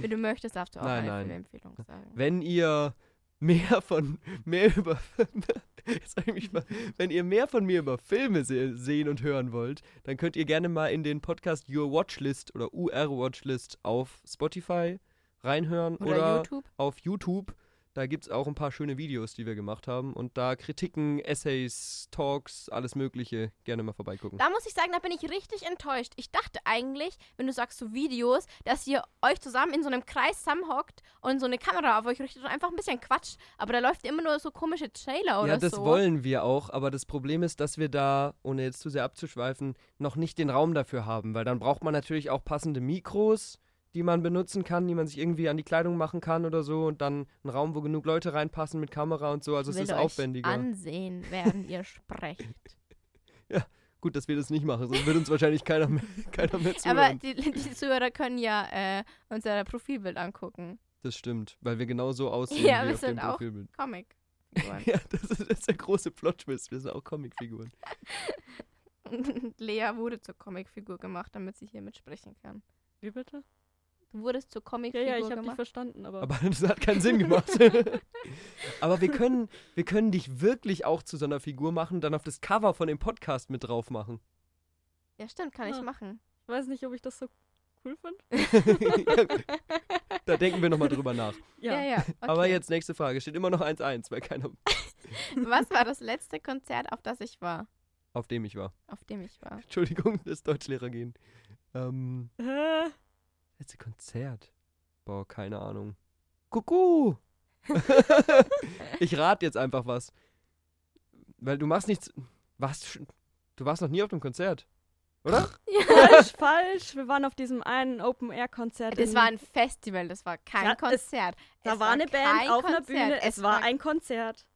Speaker 1: Wenn du möchtest, darfst du auch
Speaker 2: Nein,
Speaker 1: eine
Speaker 2: nein.
Speaker 1: Filmempfehlung sagen.
Speaker 2: wenn ihr mehr von mehr über <laughs> jetzt hab ich mich mal, wenn ihr mehr von mir über Filme se sehen und hören wollt, dann könnt ihr gerne mal in den Podcast Your Watchlist oder UR Watchlist auf Spotify reinhören
Speaker 1: Oder, YouTube.
Speaker 2: auf YouTube. Da gibt es auch ein paar schöne Videos, die wir gemacht haben. Und da Kritiken, Essays, Talks, alles Mögliche. Gerne mal vorbeigucken.
Speaker 1: Da muss ich sagen, da bin ich richtig enttäuscht. Ich dachte eigentlich, wenn du sagst so Videos, dass ihr euch zusammen in so einem Kreis zusammenhockt und so eine Kamera auf euch richtet und einfach ein bisschen quatscht. Aber da läuft immer nur so komische Trailer oder
Speaker 2: Ja, das
Speaker 1: Oh, so.
Speaker 2: wollen wir auch. Aber das Problem ist, dass wir da, ohne jetzt zu sehr abzuschweifen, noch nicht den Raum dafür haben. Weil dann braucht man natürlich auch passende Mikros, die man benutzen kann, die man sich irgendwie an die Kleidung machen kann oder so. Und dann einen Raum, wo genug Leute reinpassen mit Kamera und so. Also
Speaker 1: Ich
Speaker 2: es
Speaker 1: will
Speaker 2: ist
Speaker 1: euch
Speaker 2: aufwendiger.
Speaker 1: ansehen, während ihr
Speaker 2: <laughs>
Speaker 1: sprecht.
Speaker 2: Gut, dass wir das nicht machen. Sonst wird uns wahrscheinlich
Speaker 1: <laughs>
Speaker 2: keiner mehr, keiner mehr zuhören.
Speaker 1: Aber die, die Zuhörer können ja äh, unser Profilbild angucken.
Speaker 2: das stimmt, weil wir genau so aussehen
Speaker 1: Ja,
Speaker 2: wie
Speaker 1: wir
Speaker 2: auf dem
Speaker 1: sind auch-
Speaker 2: Profilbild.
Speaker 1: Comic.
Speaker 2: <laughs> Ja, das ist, das ist der große Plot-Twist. Wir sind auch Comicfiguren.
Speaker 1: Und <laughs> Lea wurde zur Comicfigur gemacht, damit sie hier mitsprechen kann.
Speaker 3: Wie bitte?
Speaker 1: Du wurdest zur
Speaker 3: Ja,
Speaker 1: Comicfigur
Speaker 3: ja, ich habe dich
Speaker 1: gemacht.
Speaker 3: verstanden, aber,
Speaker 2: Aber das hat keinen Sinn gemacht. Aber wir können, wir können dich wirklich auch zu so einer Figur machen und dann auf das Cover von dem Podcast mit drauf machen.
Speaker 1: Ja, stimmt, kann ich
Speaker 3: Ja.
Speaker 1: machen. <laughs>
Speaker 3: ich weiß nicht, ob ich das so cool finde.
Speaker 2: Ja, <laughs> da denken wir nochmal drüber nach.
Speaker 1: Ja, ja. okay.
Speaker 2: Aber jetzt nächste Frage. Steht immer noch 1-1, weil keiner,
Speaker 1: Was war das letzte Konzert, auf das ich war?
Speaker 2: auf dem ich war.
Speaker 1: Auf dem ich war.
Speaker 2: Entschuldigung, <laughs> das Deutschlehrer gehen. Ähm,
Speaker 3: Hä?
Speaker 2: letzte Konzert. Boah, keine Ahnung. Kuckuck! Ich rate jetzt einfach was. Weil du machst nichts. Warst, sch- du warst noch nie auf einem Konzert. Oder?
Speaker 3: falsch, falsch. Wir waren auf diesem einen Open-Air-Konzert.
Speaker 1: das
Speaker 3: in-
Speaker 1: war ein Festival, das war kein
Speaker 3: Ja, es-
Speaker 1: Konzert.
Speaker 3: Da
Speaker 1: Es
Speaker 3: war eine Band
Speaker 1: kein
Speaker 3: auf einer
Speaker 1: Konzert,
Speaker 3: Bühne. Es war ein Konzert.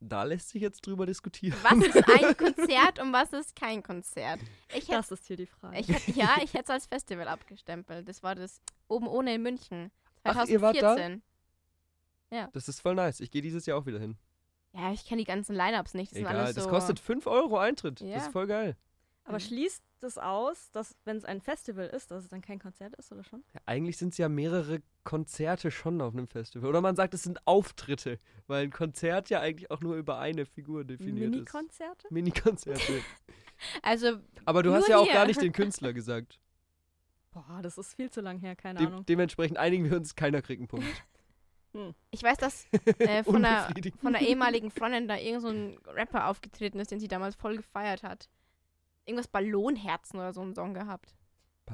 Speaker 2: Da lässt sich jetzt drüber diskutieren.
Speaker 1: Was ist
Speaker 2: <laughs>
Speaker 1: ein Konzert und was ist kein Konzert? Ich hätte
Speaker 3: Das ist hier die Frage.
Speaker 1: Ich hätt, ja, ich hätte es als Festival abgestempelt. Das war das Oben ohne in München.
Speaker 2: Ach,
Speaker 1: 2014.
Speaker 2: ihr wart da? Das ist voll nice. Ich gehe dieses Jahr auch wieder hin.
Speaker 1: Ja, ich kenne die ganzen Lineups nicht. Das sind
Speaker 2: Egal,
Speaker 1: alles so.
Speaker 2: das kostet 5 Euro Eintritt. Das
Speaker 1: Ja.
Speaker 2: ist voll geil.
Speaker 3: Aber
Speaker 1: Mhm.
Speaker 3: schließt das aus, dass, wenn es ein Festival ist, dass es dann kein Konzert ist, oder schon?
Speaker 2: Ja, eigentlich sind es ja mehrere Konzerte schon auf einem Festival. Oder man sagt, es sind Auftritte, weil ein Konzert ja eigentlich auch nur über eine Figur definiert ist.
Speaker 3: Mini-Konzerte?
Speaker 1: <laughs>
Speaker 2: Mini-Konzerte.
Speaker 1: Also,
Speaker 2: Aber du
Speaker 1: Nur
Speaker 2: hast ja auch
Speaker 1: hier.
Speaker 2: gar
Speaker 1: <laughs>
Speaker 2: nicht den Künstler gesagt.
Speaker 3: Boah, das ist viel zu lang her, keine
Speaker 2: De
Speaker 3: Ahnung.
Speaker 2: dementsprechend einigen wir uns, keiner kriegt einen Punkt.
Speaker 3: Hm.
Speaker 1: Ich weiß, dass <laughs> äh, von, einer,
Speaker 2: Unbefriedigend.
Speaker 1: von einer ehemaligen Freundin da irgend so ein Rapper aufgetreten ist, den sie damals voll gefeiert hat. Irgendwas Ballonherzen oder so einen Song gehabt.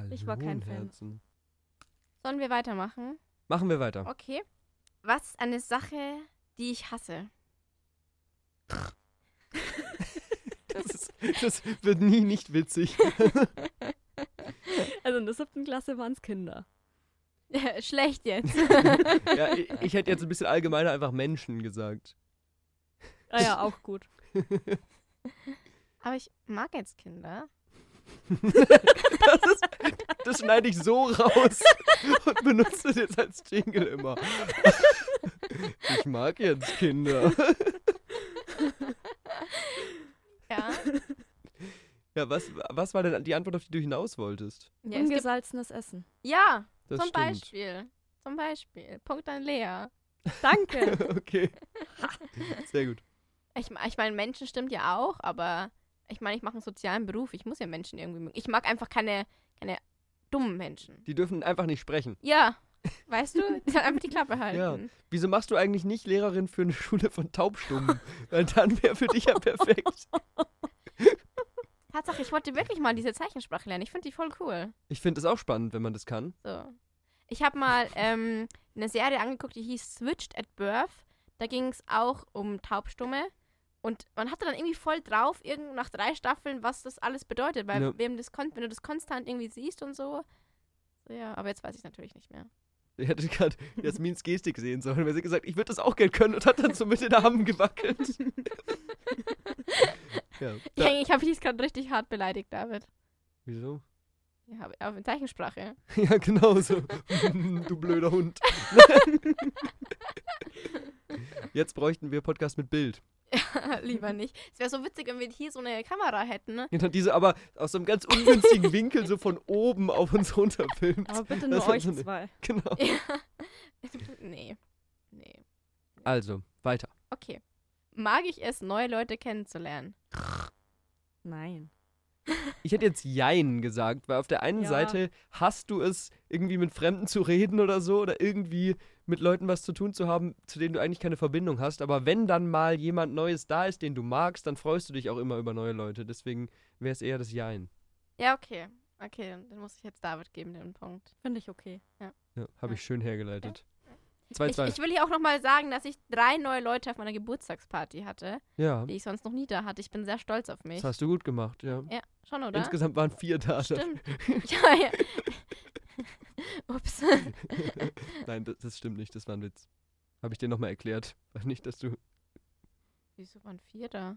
Speaker 3: Ich war kein Fan.
Speaker 2: Ballonherzen.
Speaker 1: Sollen wir weitermachen?
Speaker 2: Machen wir weiter.
Speaker 1: Okay. Was ist eine Sache, die ich hasse?
Speaker 2: <laughs> <laughs> Das, ist, das wird nie nicht witzig.
Speaker 3: Also in der siebten Klasse waren es Kinder.
Speaker 1: <laughs> Schlecht jetzt.
Speaker 2: <laughs> Ja, ich, ich hätte jetzt ein bisschen allgemeiner einfach Menschen gesagt. <laughs>
Speaker 3: Ah ja, auch gut.
Speaker 1: Aber ich mag jetzt Kinder.
Speaker 2: Das, ist, das schneide ich so raus und benutze das jetzt als Jingle immer. <laughs> Ich mag jetzt Kinder.
Speaker 1: <laughs> Ja.
Speaker 2: Ja, was, was war denn die Antwort, auf die du hinaus wolltest?
Speaker 1: Ja, es gibt,
Speaker 3: Ungesalzenes Essen.
Speaker 1: ja
Speaker 2: Das
Speaker 1: zum
Speaker 2: stimmt.
Speaker 1: Beispiel. Zum Beispiel. Punkt an
Speaker 2: <laughs>
Speaker 1: Lea.
Speaker 3: Danke.
Speaker 2: Okay. Sehr gut.
Speaker 1: Ich, ich meine, Menschen stimmt ja auch, aber ich meine, ich mache einen sozialen Beruf. Ich muss ja Menschen irgendwie mögen. Ich mag einfach keine, keine dummen Menschen.
Speaker 2: Die dürfen einfach nicht sprechen.
Speaker 1: Ja, weißt du? Die sollen einfach die Klappe halten.
Speaker 2: Wieso machst du eigentlich nicht Lehrerin für eine Schule von Taubstummen? Weil dann wäre für dich ja perfekt.
Speaker 1: Tatsache, ich wollte wirklich mal diese Zeichensprache lernen. Ich finde die voll cool.
Speaker 2: Ich finde es auch spannend, wenn man das kann.
Speaker 1: So. Ich habe mal ähm, eine Serie angeguckt, die hieß Switched at Birth. Da ging es auch um Taubstumme. Und man hatte dann irgendwie voll drauf, irgend nach drei Staffeln, was das alles bedeutet. Weil
Speaker 2: Ja.
Speaker 1: wem das kon wenn du das konstant irgendwie siehst und so. So, Ja, aber jetzt weiß ich natürlich nicht mehr.
Speaker 2: Ich hätte gerade Jasmins Gestik sehen sollen, weil sie gesagt ich würde das auch gern können und hat dann so mit den Armen gewackelt. ja,
Speaker 1: Ich,
Speaker 2: da,
Speaker 1: denk, ich habe dich gerade richtig hart beleidigt, David.
Speaker 2: wieso?
Speaker 1: Ja, aber auf in Zeichensprache.
Speaker 2: <laughs>
Speaker 1: <laughs>
Speaker 2: Ja, genau so. du blöder Hund. Jetzt bräuchten wir Podcast mit Bild.
Speaker 1: Lieber nicht. Es wäre so witzig, wenn wir hier so eine Kamera hätten. Ne?
Speaker 2: Genau, diese aber aus so einem ganz ungünstigen Winkel so von oben auf uns runterfilmt.
Speaker 3: Aber bitte nur
Speaker 2: Das war
Speaker 3: euch
Speaker 2: so eine-
Speaker 3: zwei.
Speaker 2: Genau.
Speaker 1: <laughs> nee. Nee.
Speaker 2: Also, weiter.
Speaker 1: Okay. Mag ich es, neue Leute kennenzulernen?
Speaker 3: Nein.
Speaker 2: Ich hätte jetzt Jein gesagt, weil auf der einen
Speaker 3: Ja.
Speaker 2: Seite hast du es, irgendwie mit Fremden zu reden oder so oder irgendwie mit Leuten was zu tun zu haben, zu denen du eigentlich keine Verbindung hast. Aber wenn dann mal jemand Neues da ist, den du magst, dann freust du dich auch immer über neue Leute. Deswegen wäre es eher das Jein.
Speaker 1: Ja, okay. Okay, dann muss ich jetzt David geben, den Punkt.
Speaker 3: Finde ich okay.
Speaker 2: Ja, Habe ich schön hergeleitet.
Speaker 1: Ich,
Speaker 2: 2-2.
Speaker 1: ich will hier auch nochmal sagen, dass ich drei neue Leute auf meiner Geburtstagsparty hatte,
Speaker 2: Ja,
Speaker 1: die ich sonst noch nie da hatte. Ich bin sehr stolz auf mich.
Speaker 2: das hast du gut gemacht, ja.
Speaker 1: Ja, schon, oder?
Speaker 2: Insgesamt waren vier da.
Speaker 1: Stimmt. <laughs>
Speaker 2: <laughs>
Speaker 1: ja, ja. Ups. <laughs>
Speaker 2: Nein, das, das stimmt nicht, das war ein Witz. Habe ich dir nochmal erklärt. <laughs> Nicht, dass du.
Speaker 1: Wieso waren vier da?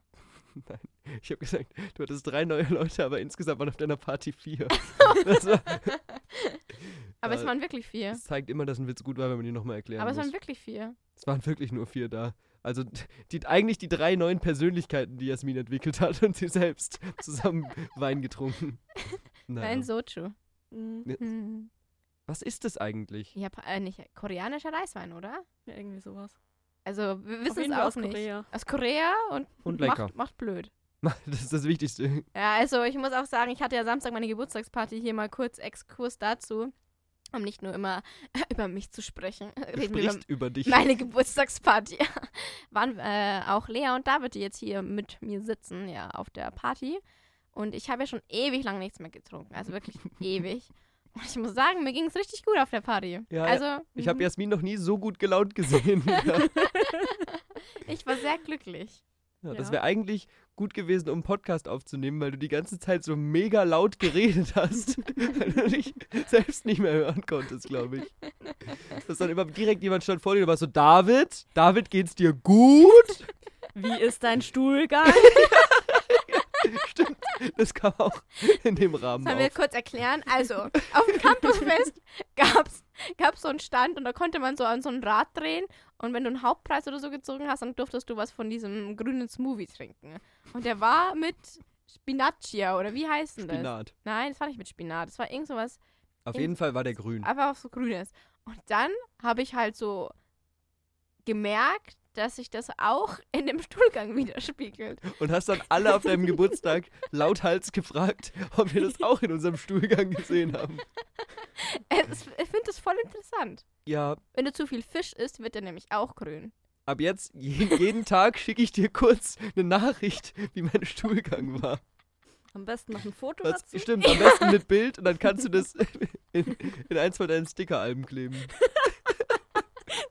Speaker 2: Ich habe gesagt, <laughs> du hattest drei neue Leute, aber insgesamt waren auf deiner Party vier. Das war,
Speaker 1: <laughs> Aber es
Speaker 2: Äh,
Speaker 1: waren wirklich vier.
Speaker 2: Das zeigt immer, dass ein Witz gut war, wenn man ihn nochmal erklären
Speaker 1: Aber es
Speaker 2: muss.
Speaker 1: waren wirklich vier.
Speaker 2: es waren wirklich nur vier da. Also <laughs> die, eigentlich die drei neuen Persönlichkeiten, die Jasmin entwickelt hat und sie selbst
Speaker 1: <laughs>
Speaker 2: zusammen Wein getrunken. Naja.
Speaker 1: Nein, Soju.
Speaker 3: Mhm.
Speaker 2: Ja.
Speaker 1: Hm.
Speaker 2: Was ist das eigentlich? <laughs>
Speaker 1: Ja, pa- äh, nicht koreanischer Reiswein, oder?
Speaker 3: Ja, irgendwie sowas.
Speaker 1: Also, wir
Speaker 3: Auf
Speaker 1: wissen
Speaker 3: jeden
Speaker 1: es
Speaker 3: Fall
Speaker 1: auch
Speaker 3: aus
Speaker 1: nicht.
Speaker 3: Korea.
Speaker 1: Aus Korea und,
Speaker 2: Und lecker.
Speaker 1: macht, macht blöd.
Speaker 2: Das ist das Wichtigste.
Speaker 1: Ja, also ich muss auch sagen, ich hatte ja Samstag meine Geburtstagsparty hier mal kurz Exkurs dazu, um nicht nur immer <laughs> über mich zu sprechen.
Speaker 2: Du
Speaker 1: Reden wir über
Speaker 2: sprichst über dich.
Speaker 1: meine <laughs> Geburtstagsparty. <laughs> Waren äh, auch Lea und David, die jetzt hier mit mir sitzen, ja, auf der Party. Und ich habe ja schon ewig lang nichts mehr getrunken. Also
Speaker 2: <laughs>
Speaker 1: wirklich ewig. Und ich muss sagen, mir ging es richtig gut auf der Party.
Speaker 2: Ja,
Speaker 1: also,
Speaker 2: Ich habe Jasmin noch nie so gut
Speaker 1: <laughs>
Speaker 2: gelaunt gesehen. ja.
Speaker 1: ich war sehr glücklich.
Speaker 2: Ja, das
Speaker 3: Ja.
Speaker 2: wäre eigentlich gut gewesen, um einen Podcast aufzunehmen, weil du die ganze Zeit so mega laut
Speaker 1: <laughs>
Speaker 2: geredet hast, weil du dich selbst nicht mehr hören konntest, glaube ich. Dass dann immer direkt jemand stand vor dir und war so, David, David, geht's dir gut?
Speaker 3: Wie
Speaker 2: <laughs>
Speaker 3: ist dein Stuhlgang?
Speaker 2: Stimmt, das kam auch in dem Rahmen
Speaker 1: Sollen wir
Speaker 2: Um auf.
Speaker 1: kurz erklären? Also, auf dem
Speaker 2: <laughs>
Speaker 1: Campusfest gab es gab's so einen Stand und da konnte man so an so ein Rad drehen und wenn du einen Hauptpreis oder so gezogen hast, dann durftest du was von diesem grünen Smoothie trinken. Und der war mit Spinaccia oder wie heißt denn das?
Speaker 2: Spinat.
Speaker 1: Nein, das war nicht mit Spinat, das war irgend sowas,
Speaker 2: Auf jeden Fall war der grün.
Speaker 1: einfach auf so Grünes. Und dann habe ich halt so gemerkt, dass sich das auch in dem <laughs> Stuhlgang widerspiegelt.
Speaker 2: Und hast dann alle auf deinem Geburtstag lauthals gefragt, ob wir das auch in unserem Stuhlgang gesehen haben.
Speaker 1: Es- Ich finde das voll interessant.
Speaker 2: Ja,
Speaker 1: Wenn du zu viel Fisch isst, wird er nämlich auch grün.
Speaker 2: ab jetzt, je, jeden Tag schicke ich dir kurz eine Nachricht, wie mein Stuhlgang war.
Speaker 3: Am besten noch ein Foto
Speaker 2: Das
Speaker 3: dazu.
Speaker 2: stimmt, am besten <laughs> mit Bild und dann kannst du das in, in eins von deinen Stickeralben <laughs> kleben.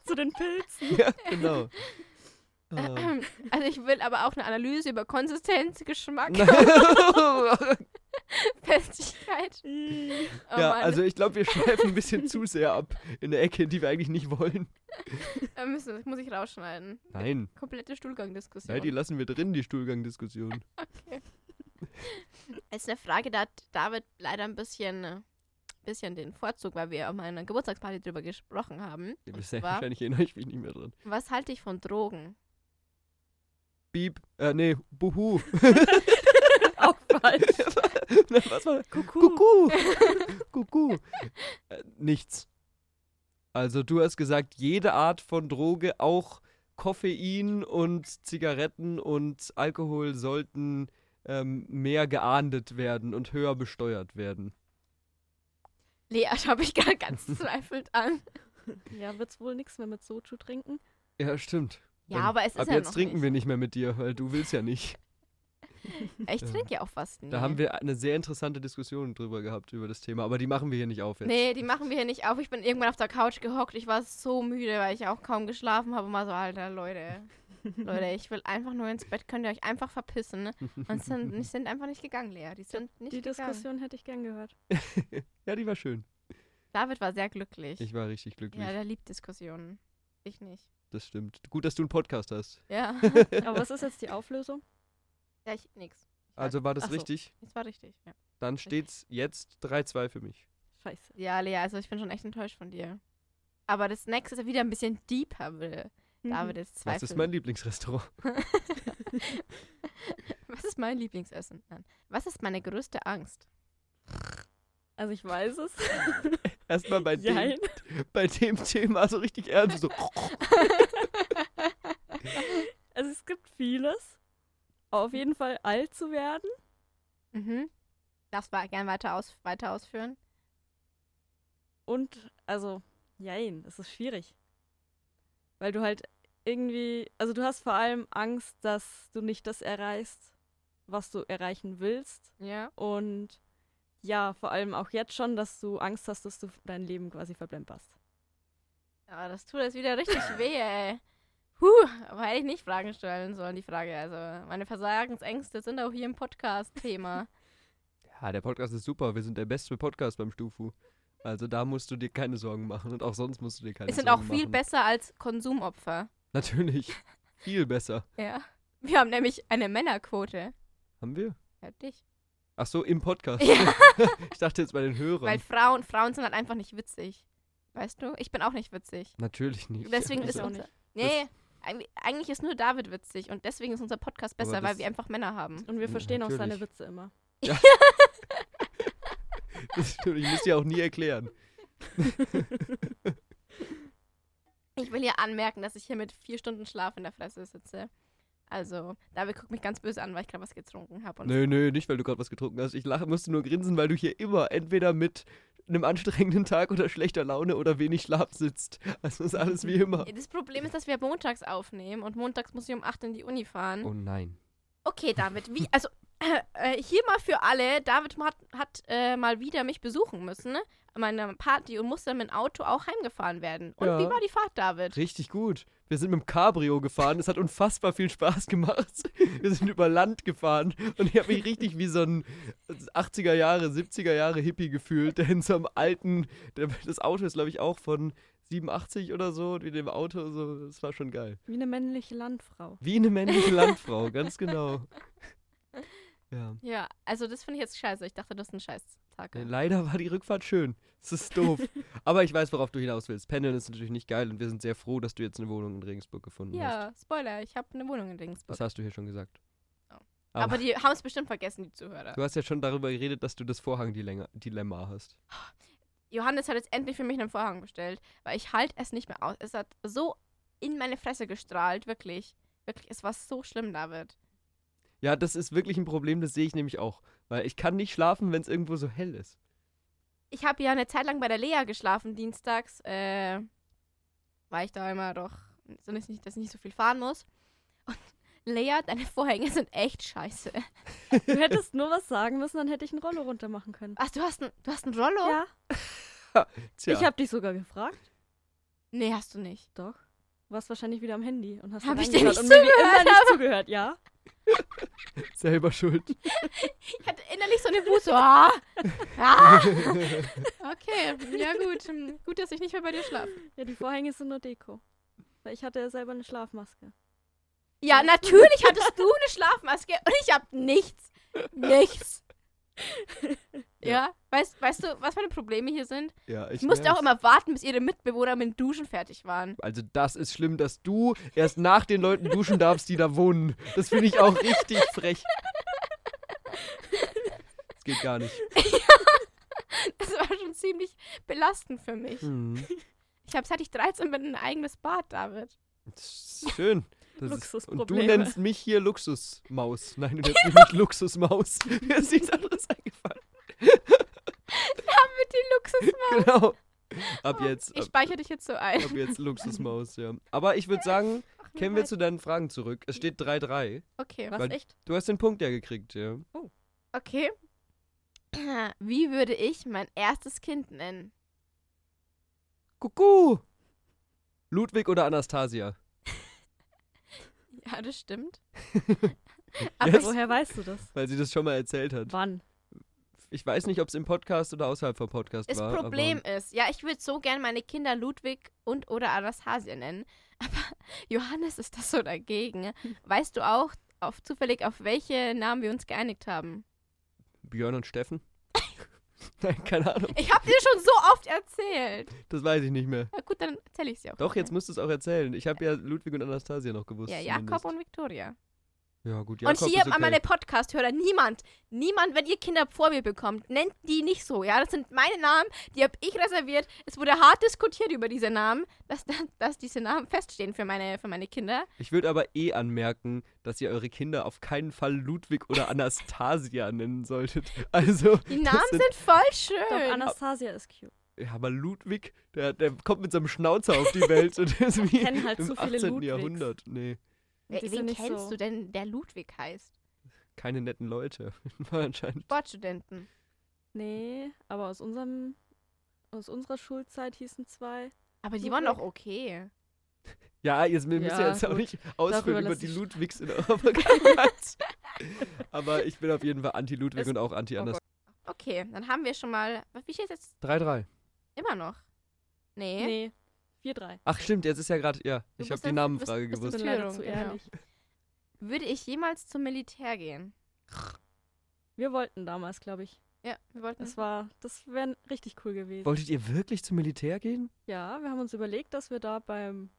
Speaker 3: Zu den Pilzen. <laughs>
Speaker 2: Ja, <clears throat> genau. Ah.
Speaker 1: <clears throat> Also ich will aber auch eine Analyse über Konsistenz,
Speaker 2: Oh <laughs>
Speaker 1: Geschmack,
Speaker 2: <laughs>
Speaker 1: Festigkeit.
Speaker 3: Ih.
Speaker 1: Oh
Speaker 2: ja,
Speaker 1: Mann,
Speaker 2: also ich glaube, <laughs> wir schweifen ein bisschen zu sehr ab in der Ecke, die wir eigentlich nicht wollen.
Speaker 1: <laughs> da müssen, das muss ich rausschneiden.
Speaker 2: Nein,
Speaker 1: Komplette Stuhlgangdiskussion.
Speaker 2: nein, die lassen wir drin, die Stuhlgangdiskussion.
Speaker 1: Als eine Frage, da hat David leider ein bisschen, äh, bisschen den Vorzug, weil wir auf meiner Geburtstagsparty drüber gesprochen haben.
Speaker 2: Ja,
Speaker 1: Und
Speaker 2: bisher
Speaker 1: zwar,
Speaker 2: wahrscheinlich erinnere ich mich nicht mehr dran.
Speaker 1: was halte ich von Drogen?
Speaker 2: Piep, äh, nee, buhu.
Speaker 3: Auch falsch.
Speaker 2: Na, <laughs> Was war
Speaker 1: <laughs>
Speaker 3: Kuckuck.
Speaker 2: Kuckuck. Kuckuck. Äh, nichts. Also du hast gesagt, jede Art von Droge, auch Koffein und Zigaretten und Alkohol sollten ähm, mehr geahndet werden und höher besteuert werden.
Speaker 1: Lea <laughs> schaue ich gar
Speaker 2: <laughs>
Speaker 1: ganz zweifelt an.
Speaker 3: Ja, wird's wohl nichts mehr mit Soju trinken.
Speaker 2: Ja, stimmt.
Speaker 1: Ja,
Speaker 2: Ähm,
Speaker 1: aber es ist
Speaker 2: Ab
Speaker 1: ja
Speaker 2: jetzt
Speaker 1: noch
Speaker 2: trinken
Speaker 1: nicht.
Speaker 2: wir nicht mehr mit dir, weil du willst ja
Speaker 1: <laughs>
Speaker 2: nicht.
Speaker 1: Ich
Speaker 2: Ja.
Speaker 1: trinke ja auch fast nie.
Speaker 2: Da haben wir eine sehr interessante Diskussion drüber gehabt, über das Thema, aber die machen wir hier nicht auf jetzt. <laughs>
Speaker 1: Nee, die machen wir hier nicht auf. Ich bin irgendwann auf der Couch gehockt. Ich war so müde, weil ich auch kaum geschlafen habe. Und war so, Alter,
Speaker 3: <laughs>
Speaker 1: Leute. Leute, ich will einfach nur ins Bett. Könnt ihr euch einfach verpissen? ne? Und sind, die sind einfach nicht gegangen, Lea. Die sind nicht
Speaker 3: Die
Speaker 1: gegangen.
Speaker 3: Diskussion hätte ich gern gehört.
Speaker 2: Ja, die war schön.
Speaker 1: David war sehr glücklich.
Speaker 2: Ich war richtig glücklich.
Speaker 1: ja, der liebt Diskussionen. Ich nicht.
Speaker 2: Das stimmt. Gut, dass du einen Podcast hast.
Speaker 3: <laughs>
Speaker 1: Ja.
Speaker 3: Aber was ist jetzt die Auflösung?
Speaker 1: ja, ich nix.
Speaker 2: Also war
Speaker 3: Ach
Speaker 2: das
Speaker 3: so.
Speaker 2: richtig?
Speaker 1: Das war richtig. Ja.
Speaker 2: Dann steht's jetzt 3-2 für mich.
Speaker 3: Scheiße.
Speaker 1: ja, Lea, also ich bin schon echt enttäuscht von dir. Aber das nächste ist wieder ein bisschen deeper, will.
Speaker 3: Mhm.
Speaker 1: David ist zweifel.
Speaker 2: Was ist mein Lieblingsrestaurant?
Speaker 1: <laughs> Was ist mein Lieblingsessen? Nein. Was ist meine größte <laughs> Angst?
Speaker 3: Also ich weiß es.
Speaker 2: Erstmal bei,
Speaker 3: <laughs>
Speaker 2: dem,
Speaker 3: Jein.
Speaker 2: bei dem Thema so richtig ernst.
Speaker 1: <laughs>
Speaker 2: So.
Speaker 3: Also es gibt vieles. Auf jeden Fall alt zu werden.
Speaker 1: Mhm. Darfst du gern weiter, aus, weiter ausführen?
Speaker 3: Und, also, jein, es ist schwierig. Weil du halt irgendwie, also du hast vor allem Angst, dass du nicht das erreichst, was du erreichen willst.
Speaker 1: Ja.
Speaker 3: Und ja, vor allem auch jetzt schon, dass du Angst hast, dass du dein Leben quasi verplemperst.
Speaker 1: Aber Ah, das tut jetzt wieder <laughs> richtig weh, ey. Huh, aber hätte ich nicht Fragen stellen sollen, die Frage. Also, meine Versagensängste sind auch hier im Podcast Thema.
Speaker 2: Ja, der Podcast ist super. Wir sind der beste Podcast beim Stufu. Also da musst du dir keine Sorgen machen. Und auch sonst musst du dir keine
Speaker 1: Wir sind
Speaker 2: Sorgen
Speaker 1: auch
Speaker 2: machen.
Speaker 1: viel besser als Konsumopfer.
Speaker 2: Natürlich. Viel besser.
Speaker 1: Ja. Wir haben nämlich eine Männerquote.
Speaker 2: Haben wir?
Speaker 1: Ja, dich.
Speaker 2: Ach so, im Podcast.
Speaker 1: Ja,
Speaker 2: <laughs> Ich dachte jetzt bei den Hörern.
Speaker 1: weil Frauen, Frauen sind halt einfach nicht witzig. Weißt du? Ich bin auch nicht witzig.
Speaker 2: Natürlich nicht. Also
Speaker 1: Deswegen
Speaker 3: Ich
Speaker 1: ist
Speaker 2: <laughs>
Speaker 3: auch
Speaker 1: unser.
Speaker 3: nicht.
Speaker 1: Nee, eig- eigentlich ist nur David witzig und deswegen ist unser Podcast
Speaker 2: Aber
Speaker 1: besser,
Speaker 2: das-
Speaker 1: weil wir einfach Männer haben.
Speaker 3: Und wir
Speaker 2: Ja,
Speaker 3: verstehen auch seine
Speaker 2: natürlich.
Speaker 3: Witze immer.
Speaker 2: Das stimmt, ich muss dir auch nie erklären.
Speaker 1: Ich will hier anmerken, dass ich hier mit vier Stunden Schlaf in der Fresse sitze. Also, David guckt mich ganz böse an, weil ich gerade was getrunken habe. und-
Speaker 2: Nö, nö, nicht, weil du gerade was getrunken hast. Ich lache, musste nur grinsen, weil du hier immer entweder mit einem anstrengenden Tag oder schlechter Laune oder wenig Schlaf sitzt. Also ist alles wie immer.
Speaker 1: Das Problem ist, dass wir montags aufnehmen und montags muss ich um 8 in die Uni fahren.
Speaker 2: Oh nein.
Speaker 1: Okay, David, wie, also <clears throat> äh, äh, hier mal für alle, David hat, hat äh, mal wieder mich besuchen müssen, ne? an meiner Party und musste dann mit dem Auto auch heimgefahren werden. Und
Speaker 2: Ja.
Speaker 1: wie war die Fahrt, David?
Speaker 2: Richtig gut. Wir sind mit dem Cabrio gefahren. Es hat unfassbar viel Spaß gemacht. Wir sind über Land gefahren und ich habe mich richtig wie so ein 80er Jahre, 70er Jahre Hippie gefühlt, der in so einem alten, der, das Auto ist glaube ich auch von 87 oder so und in dem Auto so, das war schon geil.
Speaker 3: Wie eine männliche Landfrau.
Speaker 2: Wie eine
Speaker 1: <laughs>
Speaker 2: männliche Landfrau, ganz genau. Ja.
Speaker 1: Ja, also das finde ich jetzt scheiße. Ich dachte, das ist ein scheiß Tag.
Speaker 2: Nee, Leider war die Rückfahrt schön. Es ist doof. Aber ich weiß, worauf du hinaus willst. Pendeln ist natürlich nicht geil und wir sind sehr froh, dass du jetzt eine Wohnung in Regensburg gefunden hast.
Speaker 1: Ja, Spoiler, ich habe eine Wohnung in Regensburg.
Speaker 2: Das hast du hier schon gesagt.
Speaker 1: Oh.
Speaker 2: Aber,
Speaker 1: Aber die haben es bestimmt vergessen, die Zuhörer.
Speaker 2: du hast ja schon darüber geredet, dass du das Vorhang-Dilemma hast.
Speaker 1: Johannes hat jetzt endlich für mich einen Vorhang bestellt, weil ich halt es nicht mehr aus. Es hat so in meine Fresse gestrahlt, wirklich. Wirklich, es war so schlimm, David.
Speaker 2: Ja, das ist wirklich ein Problem, das sehe ich nämlich auch. Weil ich kann nicht schlafen, wenn es irgendwo so hell ist.
Speaker 1: Ich habe ja eine Zeit lang bei der Lea geschlafen, dienstags. Äh, weil ich da immer doch, so nicht, dass ich nicht so viel fahren muss. Und <laughs> Lea, deine Vorhänge sind echt scheiße.
Speaker 3: Du hättest nur was sagen müssen, dann hätte ich einen Rollo runter machen können.
Speaker 1: Ach, du hast ein, du hast ein Rollo?
Speaker 3: Ja.
Speaker 2: Tja,
Speaker 3: Ich habe dich sogar gefragt.
Speaker 1: Nee, hast du nicht.
Speaker 3: Doch. Du warst wahrscheinlich wieder am Handy und hast
Speaker 1: Hab
Speaker 3: dann
Speaker 1: ich dir
Speaker 3: angehört
Speaker 1: nicht
Speaker 3: und mir wie
Speaker 1: zugehört,
Speaker 3: immer nicht zugehört, ja?
Speaker 2: selber schuld.
Speaker 1: Ich hatte innerlich so eine Wut, so, <laughs> ah, ah. <laughs> Okay, ja gut. Hm, Gut, dass ich nicht mehr bei dir schlafe.
Speaker 3: Ja, die Vorhänge sind nur Deko. Weil ich hatte ja selber eine Schlafmaske.
Speaker 1: Ja, natürlich hattest du eine Schlafmaske und ich hab nichts. Nichts. Ja, Weißt, weißt du, was meine Probleme hier sind?
Speaker 2: Ja,
Speaker 1: Ich musste auch
Speaker 2: merk's.
Speaker 1: immer warten, bis ihre Mitbewohner mit dem Duschen fertig waren. <laughs>
Speaker 2: Also das ist schlimm, dass du erst nach den Leuten duschen darfst, die da wohnen. Das finde ich auch richtig frech. Das geht gar nicht.
Speaker 1: Das war schon ziemlich belastend für mich.
Speaker 2: Hm.
Speaker 1: Ich habe seit ich 13 bin ein eigenes Bad, David.
Speaker 2: Das ist schön. Das ist, und du
Speaker 3: Luxusprobleme.
Speaker 2: nennst mich hier Luxusmaus. Nein, du nennst mich nicht Luxusmaus. <laughs> Mir ist nichts anderes eingefallen.
Speaker 1: Mit die Luxus.
Speaker 2: Genau. Ab jetzt.
Speaker 1: Oh, Ich
Speaker 2: Ab,
Speaker 1: speichere dich jetzt so ein.
Speaker 2: ab jetzt Luxusmaus, ja. Aber ich würde sagen,
Speaker 1: Ach,
Speaker 2: kämen wir zu deinen Fragen zurück. Es steht 3-3.
Speaker 1: Okay.
Speaker 3: Was
Speaker 2: Weil-
Speaker 3: echt?
Speaker 2: Du hast den Punkt ja gekriegt, ja.
Speaker 1: Okay. <clears throat> Wie würde ich mein erstes Kind nennen?
Speaker 2: Kuckuck. Ludwig oder Anastasia?
Speaker 1: Ja, das stimmt.
Speaker 2: Ja,
Speaker 1: Aber ich,
Speaker 3: Woher weißt du das?
Speaker 2: Weil sie das schon mal erzählt hat.
Speaker 3: Wann?
Speaker 2: Ich weiß nicht, ob es im Podcast oder außerhalb vom Podcast
Speaker 1: das
Speaker 2: war. aber-
Speaker 1: Problem ist, ja, ich würde so gern meine Kinder Ludwig und oder Anastasia nennen, <laughs> aber Johannes ist das so <laughs> dagegen. Weißt du auch auf, zufällig, auf welche Namen wir uns geeinigt haben?
Speaker 2: Björn und Steffen? <laughs> Nein, keine Ahnung.
Speaker 1: Ich habe dir schon so oft erzählt.
Speaker 2: Das weiß ich nicht mehr.
Speaker 1: Na gut, dann erzähle ich es dir auch.
Speaker 2: Doch, jetzt musst du es auch erzählen. Ich habe ja Ludwig und Anastasia noch gewusst.
Speaker 1: Ja, Jakob
Speaker 2: zumindest.
Speaker 1: und Victoria.
Speaker 2: Ja, gut, Jakob
Speaker 1: und hier
Speaker 2: ist okay.
Speaker 1: an meine Podcast-Hörer, niemand, niemand, wenn ihr Kinder vor mir bekommt, nennt die nicht so, ja? Das sind meine Namen, die habe ich reserviert. Es wurde hart diskutiert über diese Namen, dass, dass diese Namen feststehen für meine, für meine Kinder.
Speaker 2: Ich würde aber eh anmerken, dass ihr eure Kinder auf keinen Fall Ludwig oder Anastasia <laughs> nennen solltet. Also,
Speaker 1: Die
Speaker 3: <laughs>
Speaker 2: das
Speaker 1: Namen sind, voll schön.
Speaker 3: Doch, Anastasia ist cute.
Speaker 2: Ja, aber Ludwig, der, der kommt mit seinem Schnauzer auf
Speaker 1: <laughs>
Speaker 2: die Welt und ist wie
Speaker 3: kennen halt
Speaker 2: im
Speaker 3: so
Speaker 2: 18.
Speaker 3: viele Ludwigs.
Speaker 2: Jahrhundert. Nee,
Speaker 1: Wer-
Speaker 3: Die sind
Speaker 1: Wen
Speaker 3: nicht
Speaker 1: kennst
Speaker 3: so-
Speaker 1: du denn, der Ludwig heißt?
Speaker 2: keine netten Leute. <laughs> Anscheinend.
Speaker 1: Sportstudenten.
Speaker 3: Nee, aber aus unserem aus unserer Schulzeit hießen zwei.
Speaker 1: Aber die
Speaker 3: Ludwig?
Speaker 1: waren doch okay.
Speaker 2: Ja, jetzt, wir müssen ja,
Speaker 3: Ja,
Speaker 2: jetzt auch
Speaker 3: gut.
Speaker 2: nicht ausführen
Speaker 3: Darüber
Speaker 2: über
Speaker 3: lass
Speaker 2: die
Speaker 3: ich-
Speaker 2: Ludwigs
Speaker 3: <laughs>
Speaker 2: in eurer Vergangenheit. Aber ich bin auf jeden Fall anti-Ludwig
Speaker 3: Es- Oh
Speaker 2: und auch anti-Anders.
Speaker 1: Okay, dann haben wir schon mal. Wie steht jetzt
Speaker 2: 3-3.
Speaker 1: immer noch? Nee.
Speaker 3: Nee. 4-3.
Speaker 2: Ach stimmt, jetzt ist ja gerade, ja,
Speaker 1: Du
Speaker 2: ich habe
Speaker 1: bist
Speaker 2: die
Speaker 1: ein-
Speaker 2: Namenfrage
Speaker 1: bist- bist
Speaker 3: Ich
Speaker 2: gewusst.
Speaker 3: bin leider
Speaker 1: Führung,
Speaker 3: zu
Speaker 1: genau.
Speaker 3: ehrlich.
Speaker 1: Würde ich jemals zum Militär gehen?
Speaker 3: Wir wollten damals, glaube ich.
Speaker 1: Ja, wir wollten.
Speaker 3: Das war, das wäre richtig cool gewesen.
Speaker 2: Wolltet ihr wirklich zum Militär gehen?
Speaker 3: ja, wir haben uns überlegt, dass wir da beim,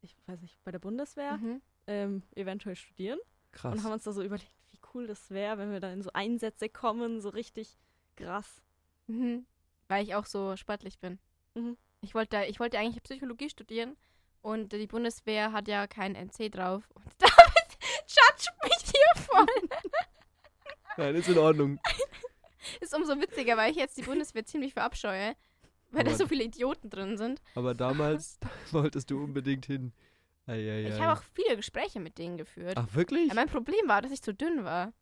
Speaker 3: ich weiß nicht, bei der Bundeswehr
Speaker 1: Mhm.
Speaker 3: ähm, eventuell studieren
Speaker 2: Krass.
Speaker 3: und haben uns da so überlegt, wie cool das wäre, wenn wir da in so Einsätze kommen, so richtig krass.
Speaker 1: Mhm. Weil ich auch so sportlich bin.
Speaker 3: Mhm.
Speaker 1: Ich wollte, ich wollte eigentlich Psychologie studieren und die Bundeswehr hat ja kein NC drauf. <laughs> Und damit judge mich hier
Speaker 3: <laughs>
Speaker 1: voll.
Speaker 2: Nein, ist in Ordnung.
Speaker 1: Ist umso witziger, weil ich jetzt die Bundeswehr ziemlich verabscheue, weil da
Speaker 2: Aber-
Speaker 1: so viele Idioten drin sind.
Speaker 2: Aber damals <laughs> wolltest du unbedingt hin. Eieiei.
Speaker 1: Ich habe auch viele Gespräche mit denen geführt.
Speaker 2: Ach, wirklich?
Speaker 1: Ja, mein Problem war, dass ich zu dünn war.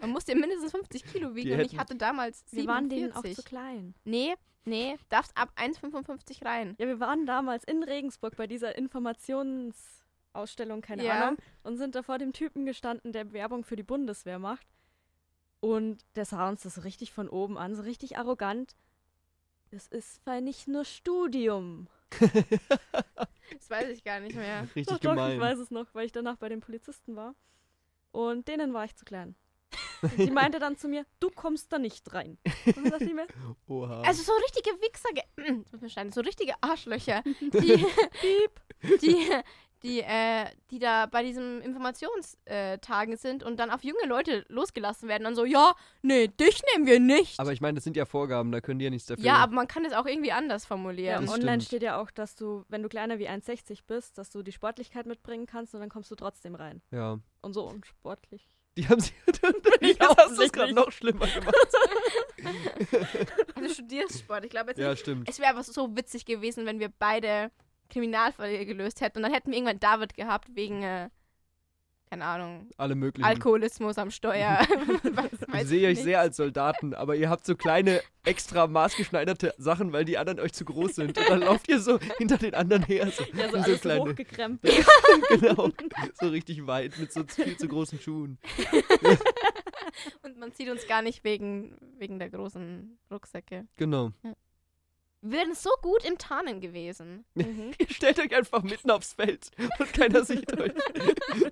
Speaker 1: Man musste mindestens 50 Kilo wiegen und ich
Speaker 2: hätten-
Speaker 1: hatte damals 47.
Speaker 3: Wir waren denen auch zu klein.
Speaker 1: nee, nee, darfst ab 1,55 rein.
Speaker 3: Ja, wir waren damals in Regensburg bei dieser Informationsausstellung, keine
Speaker 1: Ja.
Speaker 3: Ahnung, und sind da vor dem Typen gestanden, der Werbung für die Bundeswehr macht. Und der sah uns das so richtig von oben an, so richtig arrogant. Das ist weil nicht nur Studium.
Speaker 1: Das weiß ich gar nicht mehr.
Speaker 2: Richtig
Speaker 3: doch, doch,
Speaker 2: gemein.
Speaker 3: ich weiß es noch, weil ich danach bei den Polizisten war. Und denen war ich zu klein. Und die meinte dann zu mir, du kommst da nicht rein. Und dann dachte
Speaker 2: <laughs>
Speaker 3: ich mir,
Speaker 2: Oha.
Speaker 1: Also so richtige Wichser, ge- Mm, muss man schneiden, so richtige Arschlöcher,
Speaker 2: <laughs>
Speaker 1: die,
Speaker 3: piep.
Speaker 1: die, die, äh, die da bei diesen Informationstagen sind und dann auf junge Leute losgelassen werden und so, ja, nee, dich nehmen wir nicht.
Speaker 2: aber ich meine, das sind ja Vorgaben, da können die ja nichts dafür.
Speaker 1: ja, aber man kann das auch irgendwie anders
Speaker 3: Ja,
Speaker 1: formulieren.
Speaker 2: das
Speaker 3: online
Speaker 2: stimmt.
Speaker 3: steht ja auch, dass du, wenn du kleiner wie 1,60 bist, dass du die Sportlichkeit mitbringen kannst und dann kommst du trotzdem rein.
Speaker 2: ja.
Speaker 3: Und so unsportlich.
Speaker 2: Die haben sie dann
Speaker 3: <laughs>
Speaker 2: <laughs>
Speaker 3: Ja,
Speaker 2: jetzt hast du es
Speaker 3: hoffentlich
Speaker 2: gerade
Speaker 3: nicht.
Speaker 2: noch schlimmer
Speaker 3: <laughs>
Speaker 2: gemacht.
Speaker 1: Also du studierst Sport, ich glaube jetzt
Speaker 2: ja,
Speaker 1: nicht.
Speaker 2: stimmt.
Speaker 1: Es wäre aber so witzig gewesen, wenn wir beide Kriminalfälle gelöst hätte. Und dann hätten wir irgendwann David gehabt wegen, äh, keine Ahnung,
Speaker 2: Alle möglichen.
Speaker 1: Alkoholismus am Steuer.
Speaker 2: <laughs>
Speaker 1: <laughs> Was weiß
Speaker 2: Ich sehe euch
Speaker 1: nicht.
Speaker 2: sehr als Soldaten, aber ihr habt so kleine, extra maßgeschneiderte Sachen, weil die anderen euch zu groß sind. Und dann lauft ihr so hinter den anderen her. So, <laughs>
Speaker 3: Ja, so
Speaker 2: in
Speaker 3: alles
Speaker 2: kleine,
Speaker 3: hochgekrempelt.
Speaker 2: genau, so richtig weit mit so viel zu großen Schuhen.
Speaker 1: <laughs> Und man sieht uns gar nicht wegen, wegen der großen Rucksäcke.
Speaker 2: Genau.
Speaker 1: Wir wären so gut im Tarnen gewesen.
Speaker 3: Mhm.
Speaker 2: Ihr stellt euch einfach mitten aufs Feld und keiner sieht euch.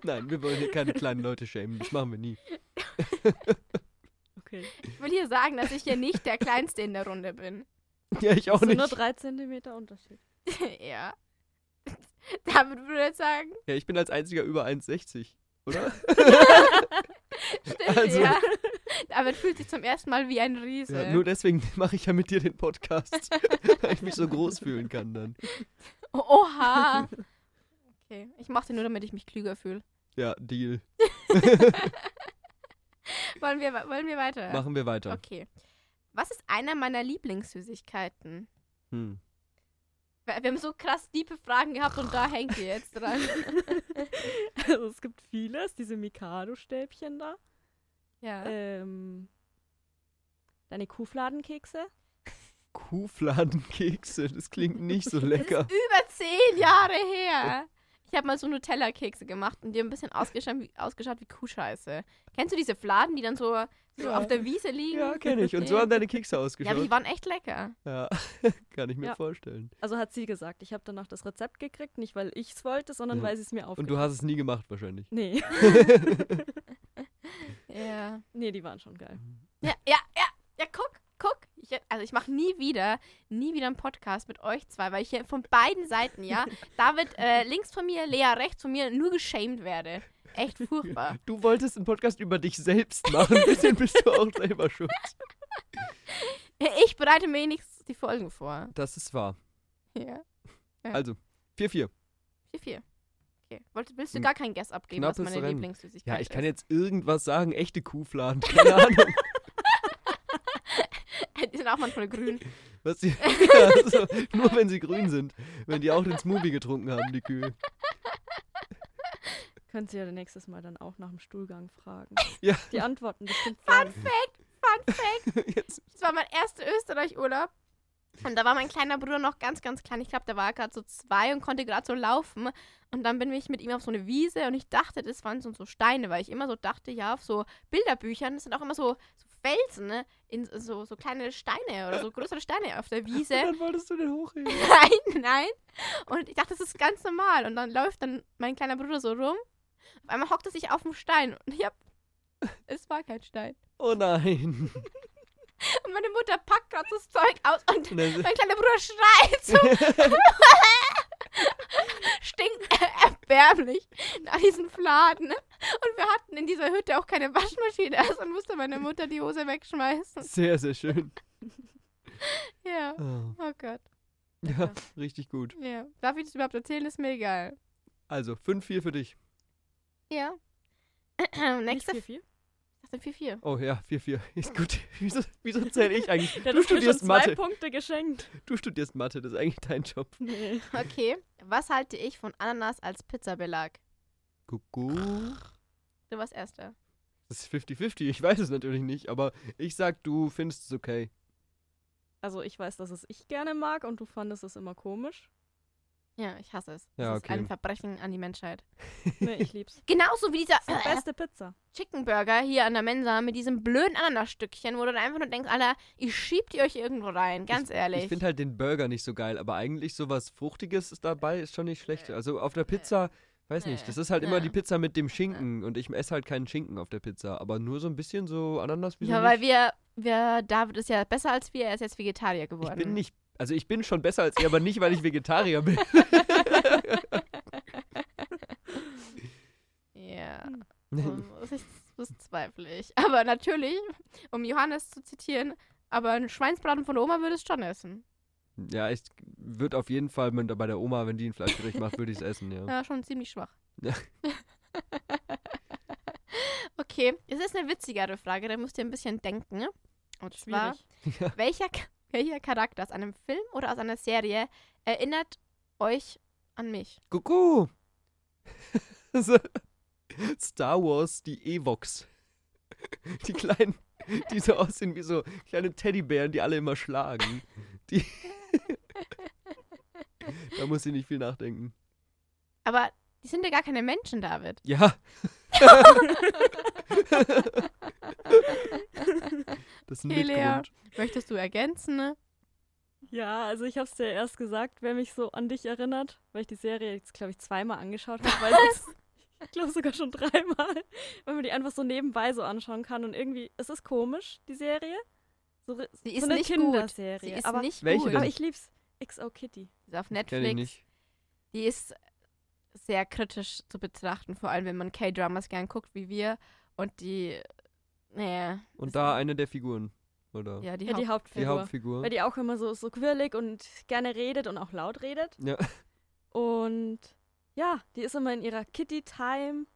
Speaker 2: Nein, wir wollen hier keine kleinen Leute schämen. Das machen wir nie.
Speaker 3: Okay.
Speaker 1: Ich will hier sagen, dass ich hier nicht der Kleinste in der Runde bin. <laughs>
Speaker 2: Ja, ich auch
Speaker 3: So
Speaker 2: nicht.
Speaker 3: Also nur drei
Speaker 2: <laughs>
Speaker 3: Zentimeter Unterschied.
Speaker 1: ja. <laughs> Damit würde ich jetzt <laughs> sagen,
Speaker 2: Ja, ich bin als einziger über 1,60, oder?
Speaker 1: stimmt,
Speaker 2: Also-
Speaker 1: ja. Damit fühlt sich zum ersten Mal wie ein Riese.
Speaker 2: Ja, nur deswegen mache ich ja mit dir den Podcast, <laughs> weil ich mich so groß fühlen kann dann.
Speaker 1: <laughs> Oha. Okay, ich mache den nur, damit ich mich klüger fühle.
Speaker 2: Ja, Deal.
Speaker 1: Wollen wir, wollen wir weiter?
Speaker 2: Machen wir weiter.
Speaker 1: Okay. Was ist einer meiner Lieblingssüßigkeiten?
Speaker 2: Hm.
Speaker 1: Wir wir haben so krass tiefe Fragen gehabt und
Speaker 2: <laughs>
Speaker 1: da hängt ihr jetzt dran.
Speaker 3: Also es gibt vieles, diese Mikado-Stäbchen da.
Speaker 1: Ja.
Speaker 3: Ähm, deine Kuhfladenkekse.
Speaker 2: Kuhfladenkekse, das klingt nicht so lecker.
Speaker 1: Über zehn Jahre her. Ich habe mal so Nutella-Kekse gemacht und die haben ein bisschen ausgeschaut wie, ausgeschaut wie Kuhscheiße. Kennst du diese Fladen, die dann so, so
Speaker 2: Ja.
Speaker 1: auf der Wiese liegen?
Speaker 2: Ja, kenne ich. Und so
Speaker 1: Ja.
Speaker 2: haben deine Kekse
Speaker 1: Ja, aber die
Speaker 2: ausgeschaut.
Speaker 1: waren echt lecker.
Speaker 2: Ja, <laughs> kann ich mir
Speaker 3: Ja.
Speaker 2: vorstellen.
Speaker 3: Also hat sie gesagt. Ich habe danach das Rezept gekriegt, nicht weil ich es wollte, sondern
Speaker 2: Ja.
Speaker 3: weil sie es mir
Speaker 2: Mhm. Und
Speaker 3: aufgeschrieben
Speaker 2: du hast es nie gemacht wahrscheinlich.
Speaker 3: <laughs> Nee.
Speaker 1: Ja.
Speaker 3: nee, die waren schon geil.
Speaker 1: Ja, ja, ja, ja, guck, guck. Ich, also ich mache nie wieder, nie wieder einen Podcast mit euch zwei, weil ich hier von beiden Seiten, ja,
Speaker 2: <laughs>
Speaker 1: David äh, links von mir, Lea rechts von mir, nur geschämt werde. Echt furchtbar.
Speaker 2: <laughs> Du wolltest einen Podcast über dich selbst machen, ein bisschen bist du auch selber schuld.
Speaker 1: <laughs> Ich bereite mir wenigstens die Folgen vor.
Speaker 2: Das ist wahr.
Speaker 1: Ja.
Speaker 2: Also, 4-4.
Speaker 1: 4-4. Okay. Wollt, willst du
Speaker 2: Ein
Speaker 1: gar keinen Guess abgeben, was
Speaker 2: Hm. knappes
Speaker 1: meine
Speaker 2: Rennen.
Speaker 1: Lieblingssüßigkeit
Speaker 2: Ja, ich kann
Speaker 1: ist?
Speaker 2: jetzt irgendwas sagen, echte Kuhfladen, keine Ahnung.
Speaker 1: <laughs> Die sind auch manchmal grün.
Speaker 2: Was die, <laughs> also, nur wenn sie grün sind, wenn die auch den Smoothie getrunken haben, die Kühe. <laughs>
Speaker 3: Könnt ihr ja nächstes Mal dann auch nach dem Stuhlgang fragen.
Speaker 2: <laughs> Ja.
Speaker 3: Die antworten bestimmt. Fun
Speaker 2: Jetzt,
Speaker 1: Das war mein erster Österreich-Urlaub. Und da war mein kleiner Bruder noch ganz, ganz klein. Ich glaube, der war gerade so zwei und konnte gerade so laufen. Und dann bin ich mit ihm auf so eine Wiese und ich dachte, das waren so, so Steine, weil ich immer so dachte, ja, auf so Bilderbüchern, das sind auch immer so, so Felsen, ne? In, so, so kleine Steine oder so größere Steine auf der Wiese.
Speaker 2: und dann wolltest du den hochheben.
Speaker 1: Nein, <laughs> nein. Und ich dachte, das ist ganz normal. Und dann läuft dann mein kleiner Bruder so rum. Auf einmal hockt er sich auf den Stein. Und ich hab. <laughs> Es war kein Stein.
Speaker 2: Oh nein.
Speaker 1: Und meine Mutter packt gerade das Zeug aus und <laughs>
Speaker 2: Und dann,
Speaker 1: mein kleiner Bruder schreit so. <laughs> Stinkt erbärmlich nach diesen Fladen. Und wir hatten in dieser Hütte auch keine Waschmaschine. Also musste meine Mutter die Hose wegschmeißen.
Speaker 2: <laughs> sehr, sehr schön.
Speaker 1: Ja.
Speaker 2: Ah,
Speaker 1: Oh Gott.
Speaker 2: Ja, richtig gut.
Speaker 1: Ja. Darf ich das überhaupt erzählen? Ist mir egal.
Speaker 2: Also, 5-4 für dich.
Speaker 1: Ja. <clears throat> Nächste
Speaker 3: Nicht viel, viel.
Speaker 1: Das sind 4-4.
Speaker 2: Oh ja, 4-4. <laughs> Ist gut. Wieso, wieso zähle ich eigentlich?
Speaker 3: Der
Speaker 2: Du
Speaker 3: hat mir schon
Speaker 2: studierst Mathe.
Speaker 3: zwei Punkte geschenkt. <laughs>
Speaker 2: Du studierst Mathe, das ist eigentlich dein Job.
Speaker 3: Nee.
Speaker 1: Okay. Was halte ich von Ananas als Pizzabelag?
Speaker 2: Kuckuck.
Speaker 1: Du warst Erster.
Speaker 2: Das ist 50-50, ich weiß es natürlich nicht, aber ich sag, du findest es okay.
Speaker 3: Also ich weiß, dass es ich gerne mag und du fandest es immer komisch.
Speaker 1: Ja, ich hasse es.
Speaker 2: Ja,
Speaker 1: das
Speaker 2: okay.
Speaker 1: ist ein Verbrechen an die Menschheit.
Speaker 3: Nee,
Speaker 1: <laughs>
Speaker 3: ich lieb's.
Speaker 1: Genauso wie dieser
Speaker 3: Das ist die beste Pizza.
Speaker 1: Chicken Burger hier an der Mensa mit diesem blöden Ananasstückchen, wo du dann einfach nur denkst, Alter, ich schieb die euch irgendwo rein, ganz ehrlich.
Speaker 2: Ich finde halt den Burger nicht so geil, aber eigentlich sowas Fruchtiges ist dabei ist schon nicht
Speaker 1: Äh,
Speaker 2: schlecht. Also auf der Pizza, weiß
Speaker 1: Nee.
Speaker 2: nicht, das ist halt
Speaker 1: Ja.
Speaker 2: immer die Pizza mit dem
Speaker 1: Äh.
Speaker 2: Schinken und ich esse halt keinen Schinken auf der Pizza, aber nur so ein bisschen so Ananas wie
Speaker 1: ja, weil wir, wir, David ist ja besser als wir, er ist jetzt Vegetarier
Speaker 2: Ich
Speaker 1: geworden.
Speaker 2: bin nicht, also ich bin schon besser als ihr, aber nicht, weil ich
Speaker 1: <laughs>
Speaker 2: Vegetarier bin. <laughs>
Speaker 1: Ja. Um, das, ist, das zweifle ich. Aber natürlich, um Johannes zu zitieren, aber einen Schweinsbraten von der Oma würdest du schon essen.
Speaker 2: ja, ich würde auf jeden Fall mit, bei der Oma, wenn die ein Fleischgericht macht, würde ich es essen, ja.
Speaker 1: Ja, schon ziemlich
Speaker 2: <laughs>
Speaker 1: schwach.
Speaker 2: Ja.
Speaker 1: okay, es ist eine witzigere Frage, da musst ihr ein bisschen denken. Und zwar,
Speaker 3: Schwierig.
Speaker 1: <laughs> welcher, welcher Charakter aus einem Film oder aus einer Serie erinnert euch an mich.
Speaker 2: Kuckuck. <laughs> So. Star Wars, die Evox. Die kleinen, die so aussehen wie so kleine Teddybären, die alle immer schlagen. Die <laughs> da muss ich nicht viel nachdenken.
Speaker 1: Aber die sind ja gar keine Menschen,
Speaker 2: <laughs>
Speaker 1: David.
Speaker 2: Ja. das ist ein
Speaker 1: Hey, Lea.
Speaker 2: Mitgrund.
Speaker 1: Möchtest du ergänzen? Ne?
Speaker 3: Ja, also ich habe es dir erst gesagt, wer mich so an dich erinnert, weil ich die Serie jetzt, glaube ich, zweimal angeschaut habe. weil sie- Ich <laughs> glaube sogar schon dreimal, <laughs> weil man die einfach so nebenbei so anschauen kann. Und irgendwie, es ist komisch, die Serie. So, ri-
Speaker 1: Sie
Speaker 3: so
Speaker 1: ist
Speaker 3: eine
Speaker 1: nicht gut.
Speaker 3: Kinderserie.
Speaker 1: Sie ist
Speaker 3: aber,
Speaker 1: nicht
Speaker 2: Welche
Speaker 1: gut.
Speaker 2: denn?
Speaker 3: aber ich lieb's. XO Kitty.
Speaker 1: Die ist auf
Speaker 2: Kenn ich
Speaker 1: Netflix.
Speaker 2: nicht.
Speaker 1: Die ist sehr kritisch zu betrachten, vor allem wenn man K-Dramas gern guckt, wie wir. Und die, naja,
Speaker 2: Und da also. eine der Figuren. Oder
Speaker 1: ja, die,
Speaker 3: Ja, die
Speaker 1: Haupt
Speaker 2: die
Speaker 3: Hauptfigur.
Speaker 2: Hauptfigur.
Speaker 3: Weil die auch immer so, so quirlig und gerne redet und auch laut redet.
Speaker 2: Ja.
Speaker 3: Und ja, die ist immer in ihrer Kitty-Time.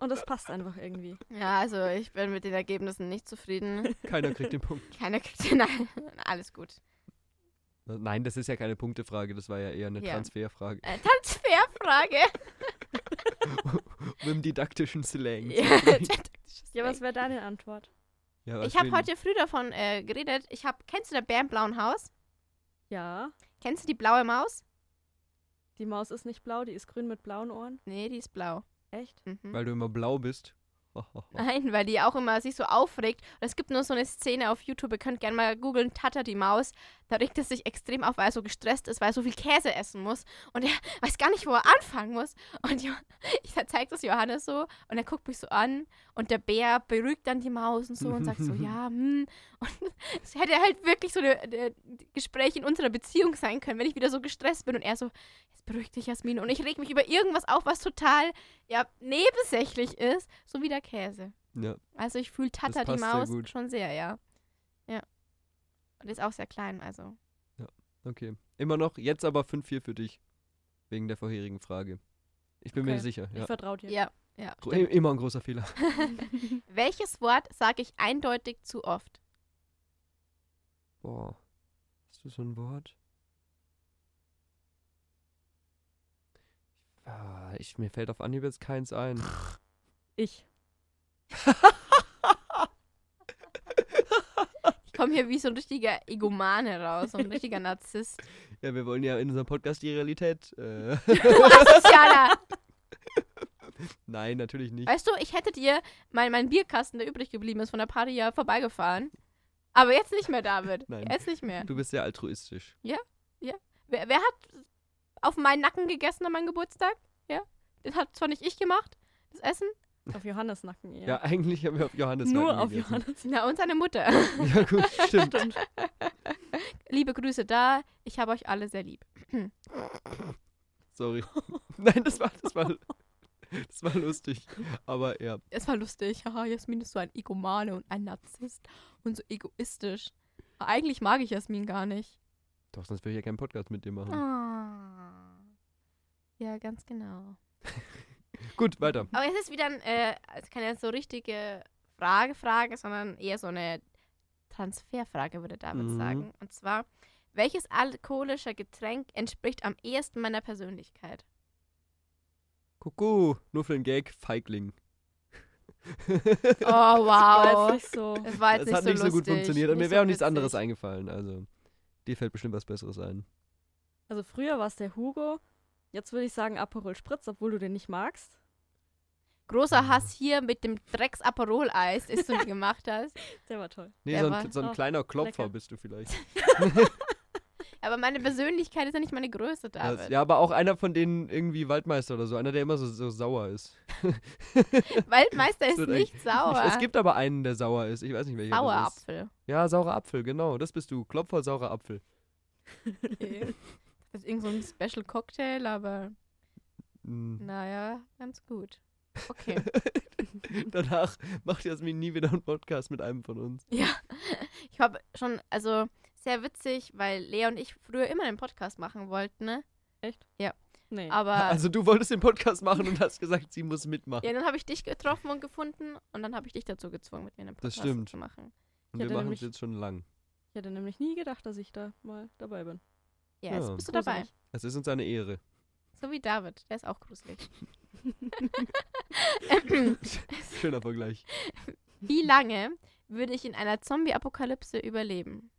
Speaker 3: Und das passt einfach irgendwie.
Speaker 1: ja, also ich bin mit den Ergebnissen nicht zufrieden. <laughs>
Speaker 2: Keiner kriegt den Punkt.
Speaker 1: Keiner kriegt den, <laughs> nein, alles gut.
Speaker 2: Nein, das ist ja keine Punktefrage, das war ja eher eine
Speaker 1: Ja.
Speaker 2: Transferfrage. <laughs>
Speaker 1: Äh, Transferfrage.
Speaker 2: Mit dem didaktischen Slang.
Speaker 1: Ja, <laughs> taktisches
Speaker 3: Ja,
Speaker 1: Denken.
Speaker 3: was wäre deine Antwort?
Speaker 2: <laughs> Ja, was
Speaker 1: ich habe
Speaker 2: will-
Speaker 1: heute früh davon äh, geredet. Ich habe, kennst du der Bär im blauen Haus?
Speaker 3: Ja,
Speaker 1: Kennst du die blaue Maus?
Speaker 3: die Maus ist nicht blau, die ist grün mit blauen Ohren.
Speaker 1: Nee, die ist blau.
Speaker 3: Echt?
Speaker 1: Mhm.
Speaker 2: Weil du immer blau bist. <laughs> Ho, ho, ho.
Speaker 1: Nein, weil die auch immer sich so aufregt. Und es gibt nur so eine Szene auf YouTube, ihr könnt gerne mal googeln, Tata die Maus. Da regt er sich extrem auf, weil er so gestresst ist, weil er so viel Käse essen muss. Und er <laughs> weiß gar nicht, wo er anfangen muss. Und Jo- <laughs> ich zeige das Johannes so und er guckt mich so an. Und der Bär beruhigt dann die Maus und so und
Speaker 2: <laughs>
Speaker 1: sagt so, ja, hm. <laughs> Und es hätte halt wirklich so eine, eine Gespräch in unserer Beziehung sein können, wenn ich wieder so gestresst bin. Und er so, jetzt beruhig dich, Jasmin. Und ich reg mich über irgendwas auf, was total, ja, nebensächlich ist. So wie der Käse.
Speaker 2: Ja.
Speaker 1: Also ich fühle Tata die
Speaker 2: passt sehr
Speaker 1: Maus
Speaker 2: gut.
Speaker 1: schon sehr, ja. Ja. Und ist auch sehr klein, also.
Speaker 2: Okay. Immer noch, jetzt aber 5-4 für dich. Wegen der vorherigen Frage. Ich bin mir
Speaker 3: Okay.
Speaker 2: sicher.
Speaker 3: Ich
Speaker 2: Ja.
Speaker 3: vertraue dir.
Speaker 1: Ja, ja.
Speaker 2: Gro- i- Immer ein großer Fehler.
Speaker 1: <laughs>
Speaker 2: <laughs>
Speaker 1: Welches Wort sage ich eindeutig zu oft?
Speaker 2: Boah. Hast du so ein Wort? Ah, ich, mir fällt auf Anhieb jetzt
Speaker 1: <laughs>
Speaker 2: keins ein. <laughs>
Speaker 3: Ich.
Speaker 1: Ich komme hier wie so ein richtiger Egomane raus, so ein richtiger Narzisst.
Speaker 2: Ja, wir wollen ja in unserem Podcast die Realität. Äh, <laughs>
Speaker 1: Asozialer!
Speaker 2: nein, natürlich nicht.
Speaker 1: Weißt du, ich hätte dir mein, mein Bierkasten, der übrig geblieben ist, von der Party ja vorbeigefahren. Aber jetzt nicht mehr, David.
Speaker 2: Nein.
Speaker 1: Jetzt nicht mehr.
Speaker 2: Du bist sehr altruistisch.
Speaker 1: Wer, wer hat auf meinen Nacken gegessen an meinem Geburtstag? Ja? Das hat zwar nicht ich gemacht, das Essen.
Speaker 3: Auf Johannes Nacken eher.
Speaker 2: Ja, eigentlich haben wir auf Johannes
Speaker 3: Nur
Speaker 2: Nacken
Speaker 3: auf
Speaker 2: gegessen.
Speaker 1: <laughs>
Speaker 3: Johannes.
Speaker 1: Na, und seine Mutter.
Speaker 2: <laughs> Ja, gut,
Speaker 1: <laughs>
Speaker 2: stimmt.
Speaker 1: Liebe Grüße da. Ich habe euch alle sehr lieb.
Speaker 2: Sorry. Nein, das war, das war, das war lustig. Aber ja,
Speaker 1: Es war lustig. Haha, Jasmin ist so ein Egomane und ein Narzisst und so egoistisch. Aber eigentlich mag ich Jasmin gar nicht.
Speaker 2: doch, sonst würde ich ja keinen Podcast mit dir machen.
Speaker 1: Ah. Ja, ganz genau.
Speaker 2: Gut, weiter.
Speaker 1: Aber es ist wieder ein, äh, es keine so richtige Frage, Frage, sondern eher so eine Transferfrage, würde David
Speaker 2: Mhm.
Speaker 1: sagen. Und zwar, welches alkoholische Getränk entspricht am ehesten meiner
Speaker 2: <laughs>
Speaker 1: Persönlichkeit?
Speaker 2: Kuckuck, nur für den Gag, Feigling.
Speaker 1: Oh, wow.
Speaker 3: War jetzt nicht so.
Speaker 1: Das war jetzt
Speaker 2: das
Speaker 1: nicht
Speaker 2: hat
Speaker 1: so
Speaker 2: nicht so gut
Speaker 1: lustig,
Speaker 2: funktioniert und mir
Speaker 1: nicht
Speaker 2: wäre
Speaker 1: so
Speaker 2: auch nichts
Speaker 1: witzig.
Speaker 2: anderes eingefallen. Also, dir fällt bestimmt was Besseres ein.
Speaker 3: Also früher war es der Hugo. Jetzt würde ich sagen Aperol Spritz, obwohl du den nicht
Speaker 2: Mhm.
Speaker 3: magst.
Speaker 1: Großer Hass hier mit dem Drecks-Aperol-Eis, das du mir gemacht hast.
Speaker 3: Der
Speaker 1: <laughs>
Speaker 3: war toll.
Speaker 2: Nee,
Speaker 1: Der
Speaker 2: so ein,
Speaker 1: war-
Speaker 2: so ein
Speaker 3: oh,
Speaker 2: kleiner Klopfer
Speaker 3: lecker.
Speaker 2: bist
Speaker 1: <laughs>
Speaker 2: du vielleicht.
Speaker 1: Aber meine Persönlichkeit ist ja nicht meine Größe,
Speaker 2: Ja,
Speaker 1: David.
Speaker 2: ja, aber auch einer von denen irgendwie Waldmeister oder so. Einer, der immer so, so sauer ist.
Speaker 1: <laughs>
Speaker 2: <laughs>
Speaker 1: Waldmeister ist
Speaker 2: wird
Speaker 1: nicht sauer.
Speaker 2: Es gibt aber einen, der sauer ist. Ich weiß nicht, welcher
Speaker 1: sauer
Speaker 2: das ist.
Speaker 1: Apfel.
Speaker 2: Ja, saurer Apfel, genau. Das bist du. Klopfer, saurer Apfel.
Speaker 1: Okay. Das ist irgend so ein Special Cocktail, aber
Speaker 2: Mm.
Speaker 1: naja, ganz gut. Okay.
Speaker 2: <laughs> Danach macht Jasmin nie wieder einen Podcast mit einem von uns.
Speaker 1: ja. Ich habe schon, also sehr witzig, weil Lea und ich früher immer einen Podcast machen wollten, ne?
Speaker 3: Nee.
Speaker 1: Aber
Speaker 2: <laughs> Also du wolltest den Podcast machen und hast gesagt, sie muss mitmachen.
Speaker 1: ja, dann habe ich dich getroffen und gefunden und dann habe ich dich dazu gezwungen, mit mir einen
Speaker 2: Das
Speaker 1: Podcast
Speaker 2: stimmt.
Speaker 1: zu machen.
Speaker 2: und wir
Speaker 3: ja, dann
Speaker 2: machen es
Speaker 3: nämlich-
Speaker 2: jetzt schon lang.
Speaker 3: ich hätte nämlich nie gedacht, dass ich da mal dabei bin.
Speaker 1: Ja, jetzt
Speaker 2: Ja.
Speaker 1: bist du dabei.
Speaker 3: Gruselig.
Speaker 1: <coughs>
Speaker 2: Es ist uns eine Ehre.
Speaker 1: So wie David, der ist auch gruselig.
Speaker 2: <laughs>
Speaker 1: <laughs>
Speaker 2: Schöner Vergleich.
Speaker 1: Wie lange würde ich in einer Zombie-Apokalypse überleben?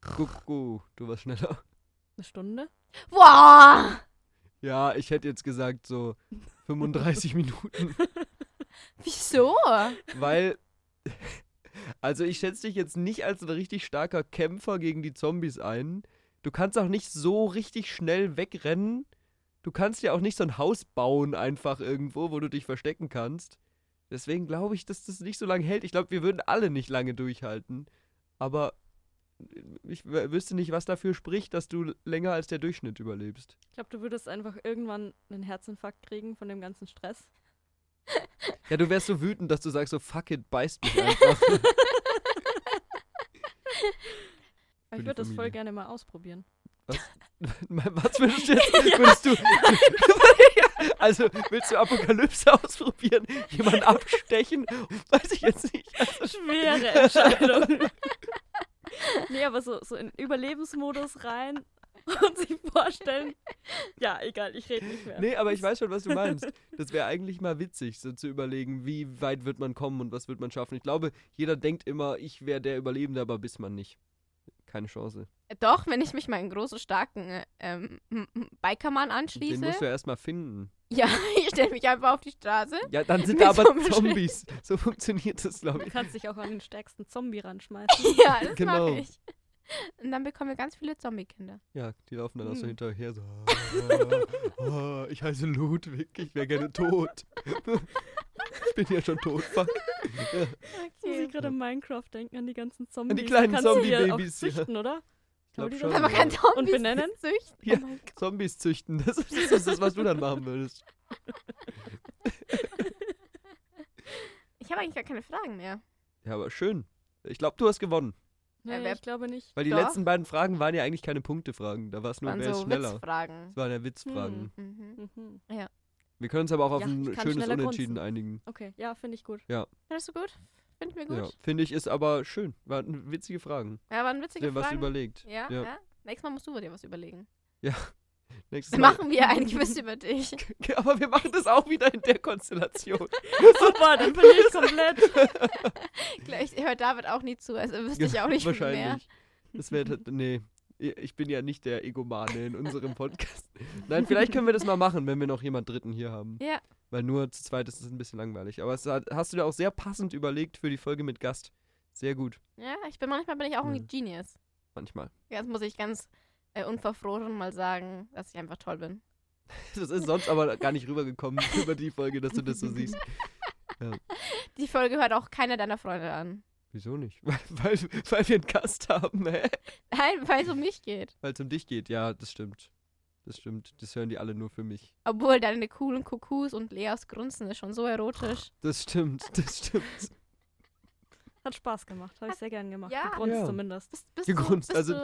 Speaker 2: Kuckuck, uh, du warst schneller.
Speaker 3: Eine Stunde?
Speaker 1: Boah!
Speaker 2: Ja, ich hätte jetzt
Speaker 1: <laughs>
Speaker 2: gesagt so 35 Minuten,
Speaker 1: Wieso?
Speaker 2: weil. <laughs> Also ich schätze dich jetzt nicht als ein richtig starker Kämpfer gegen die Zombies ein. Du kannst auch nicht so richtig schnell wegrennen. Du kannst ja auch nicht so ein Haus bauen einfach irgendwo, wo du dich verstecken kannst. Deswegen glaube ich, dass das nicht so lange hält. Ich glaube, wir würden alle nicht lange durchhalten. Aber ich w- wüsste nicht, was dafür spricht, dass du länger als der Durchschnitt überlebst.
Speaker 3: Ich glaube, du würdest einfach irgendwann einen Herzinfarkt kriegen von dem ganzen Stress.
Speaker 2: Ja, du wärst so wütend, dass du sagst so, fuck it, beißt mich einfach.
Speaker 3: Aber
Speaker 2: Für
Speaker 3: ich
Speaker 2: die
Speaker 3: würde das voll
Speaker 2: Familie.
Speaker 3: gerne mal ausprobieren.
Speaker 2: <laughs> was würdest du jetzt? Würdest du, also, willst du <laughs> Apokalypse <laughs> ausprobieren? Jemanden abstechen? Weiß ich jetzt nicht. Also,
Speaker 3: Schwere Entscheidung. <laughs> nee, aber so, so in Überlebensmodus rein <laughs> und sich vorstellen, ja, egal, ich rede nicht mehr.
Speaker 2: Nee, aber ich weiß schon, was du meinst. Das wäre eigentlich mal witzig, so zu überlegen, wie weit wird man kommen und was wird man schaffen. Ich glaube, jeder denkt immer, ich wäre der Überlebende, aber bis man nicht. Keine Chance.
Speaker 1: Doch, wenn ich mich meinen großen, starken ähm, m- m- Bikermann
Speaker 2: Den
Speaker 1: anschließe.
Speaker 2: musst du ja erstmal finden.
Speaker 1: Ja, <laughs> ich stelle mich einfach auf die Straße. <laughs>
Speaker 2: Ja, dann sind
Speaker 1: Mit
Speaker 2: da aber
Speaker 1: so einem Schild.
Speaker 2: Zombies. So funktioniert das, glaube
Speaker 3: Du
Speaker 2: ich.
Speaker 3: kannst dich auch an den stärksten Zombie <laughs> ranschmeißen.
Speaker 1: Ja, das
Speaker 2: Genau.
Speaker 1: mache ich. Und dann bekommen wir ganz viele Zombie-Kinder.
Speaker 2: Ja, die laufen dann auch so
Speaker 3: Hm.
Speaker 2: hinterher so. "Ah, ah, ich heiße Ludwig, ich wäre gerne tot. <laughs> ich bin ja schon tot. Fuck. Ja.
Speaker 3: Muss ich
Speaker 1: Okay.
Speaker 3: gerade an Minecraft denken, an die ganzen Zombies.
Speaker 2: kleinen
Speaker 3: Kannst du die ja auch
Speaker 2: Zombie-Babys, ja.
Speaker 3: züchten, oder?
Speaker 2: glaub
Speaker 3: die
Speaker 2: schon.
Speaker 3: doch-
Speaker 1: Aber man kann
Speaker 2: Und
Speaker 1: Zombies
Speaker 3: benennen?
Speaker 1: <laughs> Züchten.
Speaker 2: Ja.
Speaker 1: Oh mein Gott.
Speaker 2: Zombies züchten, <laughs> das ist, das ist das, was du dann machen würdest.
Speaker 1: Ich habe eigentlich gar keine Fragen mehr.
Speaker 2: Ja, aber schön. Ich glaube, du hast gewonnen.
Speaker 3: Nee,
Speaker 1: Äh, wer-
Speaker 3: ich glaube nicht.
Speaker 2: Weil die
Speaker 1: Doch.
Speaker 2: letzten beiden Fragen waren ja eigentlich keine Punktefragen. Da war es nur,
Speaker 1: Waren
Speaker 2: wer ist
Speaker 1: so
Speaker 2: schneller.
Speaker 1: Witzfragen.
Speaker 2: Das waren ja Witzfragen.
Speaker 3: Hm.
Speaker 1: Mhm.
Speaker 3: Mhm.
Speaker 2: Wir können uns aber auch auf
Speaker 3: Ja,
Speaker 2: ein
Speaker 3: ich kann
Speaker 2: schönes
Speaker 3: schneller
Speaker 2: Unentschieden
Speaker 3: grunzen.
Speaker 2: einigen.
Speaker 3: Okay, ja, finde <laughs> ich gut.
Speaker 1: Findest du gut? Finden wir
Speaker 2: Ja,
Speaker 1: gut.
Speaker 2: Finde ich, ist aber schön. Waren witzige Fragen.
Speaker 1: Ja, waren witzige
Speaker 2: Dir was
Speaker 1: Fragen.
Speaker 2: überlegt.
Speaker 1: ja,
Speaker 2: Ja.
Speaker 1: ja, Nächstes Mal musst du dir was
Speaker 2: <laughs>
Speaker 1: überlegen.
Speaker 2: Nächstes
Speaker 1: Dann
Speaker 2: Mal. <laughs>
Speaker 1: machen wir <laughs> ein Quiz über dich.
Speaker 2: Aber wir machen das auch wieder in der Konstellation.
Speaker 3: Super, dann bin ich komplett.
Speaker 1: Gleich hört David auch nie zu, also wüsste ich auch nicht viel mehr.
Speaker 2: Genau, Wahrscheinlich. Das wäre, nee, ich bin ja nicht der Egomane
Speaker 1: <laughs>
Speaker 2: in unserem Podcast. Nein, vielleicht können wir das mal machen, wenn wir noch jemand Dritten hier haben.
Speaker 1: Ja.
Speaker 2: Weil nur zu zweit ist es ein bisschen langweilig. Aber es hat, hast du dir auch sehr passend überlegt für die Folge mit Gast. Sehr gut,
Speaker 1: Ja, ich bin manchmal bin ich auch
Speaker 2: Ja.
Speaker 1: ein Genius.
Speaker 2: manchmal. <laughs>
Speaker 1: Jetzt muss ich ganz äh, unverfroren mal sagen, dass ich einfach toll bin.
Speaker 2: Das ist sonst aber gar nicht rübergekommen <laughs> über die Folge, dass du das so
Speaker 1: <laughs>
Speaker 2: siehst.
Speaker 1: Die Folge hört auch keiner deiner Freunde an. <laughs>
Speaker 2: Wieso nicht? <laughs> Weil, weil, weil wir einen Gast haben, hä?
Speaker 1: Nein, weil es um mich geht.
Speaker 2: Weil es um dich geht. Ja, das stimmt. Das stimmt. Das hören die alle nur für mich.
Speaker 1: Obwohl deine coolen Kuckus und Leas Grunzen ist schon so erotisch.
Speaker 2: Das stimmt. Das stimmt.
Speaker 3: Hat Spaß gemacht, habe ich sehr gern gemacht.
Speaker 1: Ja.
Speaker 3: Gegrunzt
Speaker 2: Ja.
Speaker 3: zumindest.
Speaker 1: Bist, bist
Speaker 2: Gegrunzt,
Speaker 1: Du, bist
Speaker 2: <laughs> also-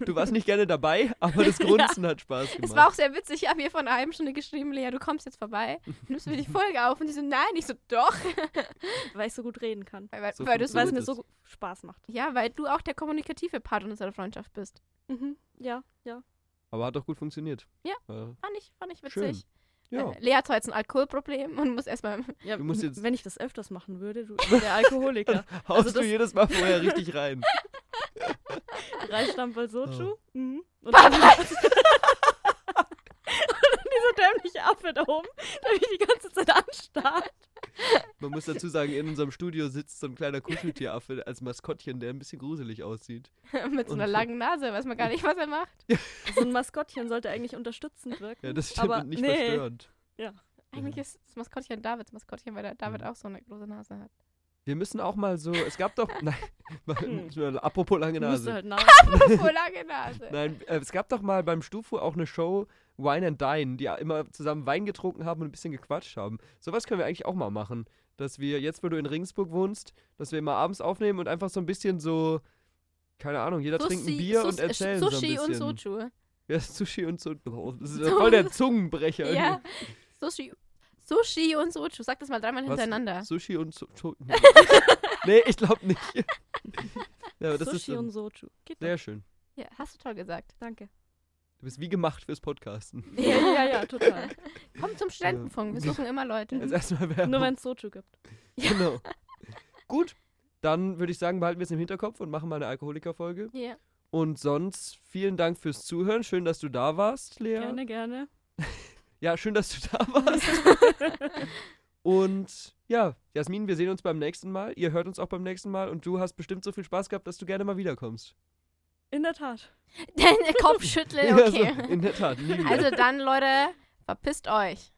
Speaker 1: du,
Speaker 2: Du warst nicht gerne dabei, aber
Speaker 3: <laughs>
Speaker 2: das Grunzen hat Spaß gemacht.
Speaker 1: es war auch sehr witzig. Ich habe ihr vor einer halben Stunde geschrieben, Lea, du kommst jetzt
Speaker 2: <laughs>
Speaker 1: vorbei, nimmst mir die Folge auf. Und sie so, nein, ich so, doch. <laughs>
Speaker 3: Weil ich so gut reden kann.
Speaker 1: Weil, weil,
Speaker 2: So
Speaker 1: weil du so
Speaker 3: Weil es
Speaker 2: gut
Speaker 1: gut-
Speaker 3: mir
Speaker 2: ist.
Speaker 3: so Spaß macht.
Speaker 1: ja, weil du auch der kommunikative Part unserer Freundschaft bist.
Speaker 3: Mhm. Ja, ja.
Speaker 2: aber hat doch gut funktioniert.
Speaker 1: Ja.
Speaker 2: Äh,
Speaker 1: Fand ich, fand ich
Speaker 2: Schön.
Speaker 1: witzig.
Speaker 2: ja.
Speaker 1: Äh, Lea hat zwar jetzt ein Alkoholproblem und muss erstmal. <laughs>
Speaker 3: ja
Speaker 2: Du musst
Speaker 3: m-
Speaker 2: jetzt-
Speaker 3: wenn ich das öfters machen würde, du
Speaker 2: <laughs>
Speaker 3: der Alkoholiker.
Speaker 2: Haust
Speaker 3: also
Speaker 2: du
Speaker 3: das-
Speaker 2: jedes Mal vorher richtig rein.
Speaker 3: Drei Stampel Soju.
Speaker 2: Oh.
Speaker 3: Mhm. Und dann <laughs> dieser dämliche Affe da oben, der mich die ganze Zeit anstarrt.
Speaker 2: Man muss dazu sagen, in unserem Studio sitzt so ein kleiner Kuscheltieraffe als Maskottchen, der ein bisschen gruselig aussieht.
Speaker 1: mit so einer
Speaker 2: Und-
Speaker 1: langen Nase, weiß man gar nicht, was er macht.
Speaker 3: So ein Maskottchen sollte eigentlich unterstützend wirken.
Speaker 2: Ja, das stimmt
Speaker 3: aber
Speaker 2: und nicht
Speaker 3: nee.
Speaker 2: verstörend.
Speaker 1: Eigentlich ist das Maskottchen Davids Maskottchen, weil der David
Speaker 2: Mhm.
Speaker 1: auch so eine große Nase <laughs> hat.
Speaker 2: Wir müssen auch mal so, es gab doch, <laughs>
Speaker 3: <laughs>
Speaker 2: nein, mal- apropos lange
Speaker 3: Du musst
Speaker 2: Nase.
Speaker 3: halt nach.
Speaker 1: Voll lange Nase.
Speaker 2: Nein, äh, es gab doch mal beim Stufu auch eine Show Wine and Dine, die ja immer zusammen Wein getrunken haben und ein bisschen gequatscht haben. Sowas können wir eigentlich auch mal machen, dass wir jetzt, wo du in Regensburg wohnst, dass wir immer abends aufnehmen und einfach so ein bisschen so keine Ahnung, jeder trinkt ein Bier
Speaker 1: Sus- äh,
Speaker 2: und erzählt so ein
Speaker 1: Sushi
Speaker 2: bisschen.
Speaker 1: und Soju.
Speaker 2: Ja, Sushi und Soju. Oh, das ist ja voll der Zungenbrecher.
Speaker 1: Ja. Sushi. Sushi und Soju. Sag das mal dreimal
Speaker 2: Was?
Speaker 1: hintereinander.
Speaker 2: Sushi und <laughs> Soju. nee, ich glaube nicht. ja, aber das
Speaker 3: Sushi
Speaker 2: ist ähm,
Speaker 3: und Soju. Geht doch.
Speaker 2: sehr schön.
Speaker 1: Ja, hast du toll gesagt.
Speaker 3: Danke.
Speaker 2: Du Du bist wie gemacht fürs Podcasten.
Speaker 3: Ja, ja, ja, total.
Speaker 2: <laughs>
Speaker 1: Komm zum Studentenfunk, wir
Speaker 2: Also,
Speaker 1: suchen immer Leute.
Speaker 2: Jetzt erstmal Werbung.
Speaker 3: Nur wenn es Soju gibt.
Speaker 2: Genau. Gut, dann würde ich sagen, behalten wir es im Hinterkopf und machen mal eine Alkoholikerfolge.
Speaker 1: Ja. <laughs>
Speaker 2: Und sonst vielen Dank fürs Zuhören. Schön, dass du da warst, Lea.
Speaker 3: Gerne, gerne.
Speaker 2: Ja, schön, dass du da warst. und ja, Jasmin, wir sehen uns beim nächsten Mal. Ihr hört uns auch beim nächsten Mal und du hast bestimmt so viel Spaß gehabt, dass du gerne mal wiederkommst.
Speaker 3: In der Tat.
Speaker 1: Deine Kopfschütteln,
Speaker 2: Ja, <laughs>
Speaker 1: okay.
Speaker 2: so, in Also, der Tat. nie wieder.
Speaker 1: Also dann, Leute, verpisst euch.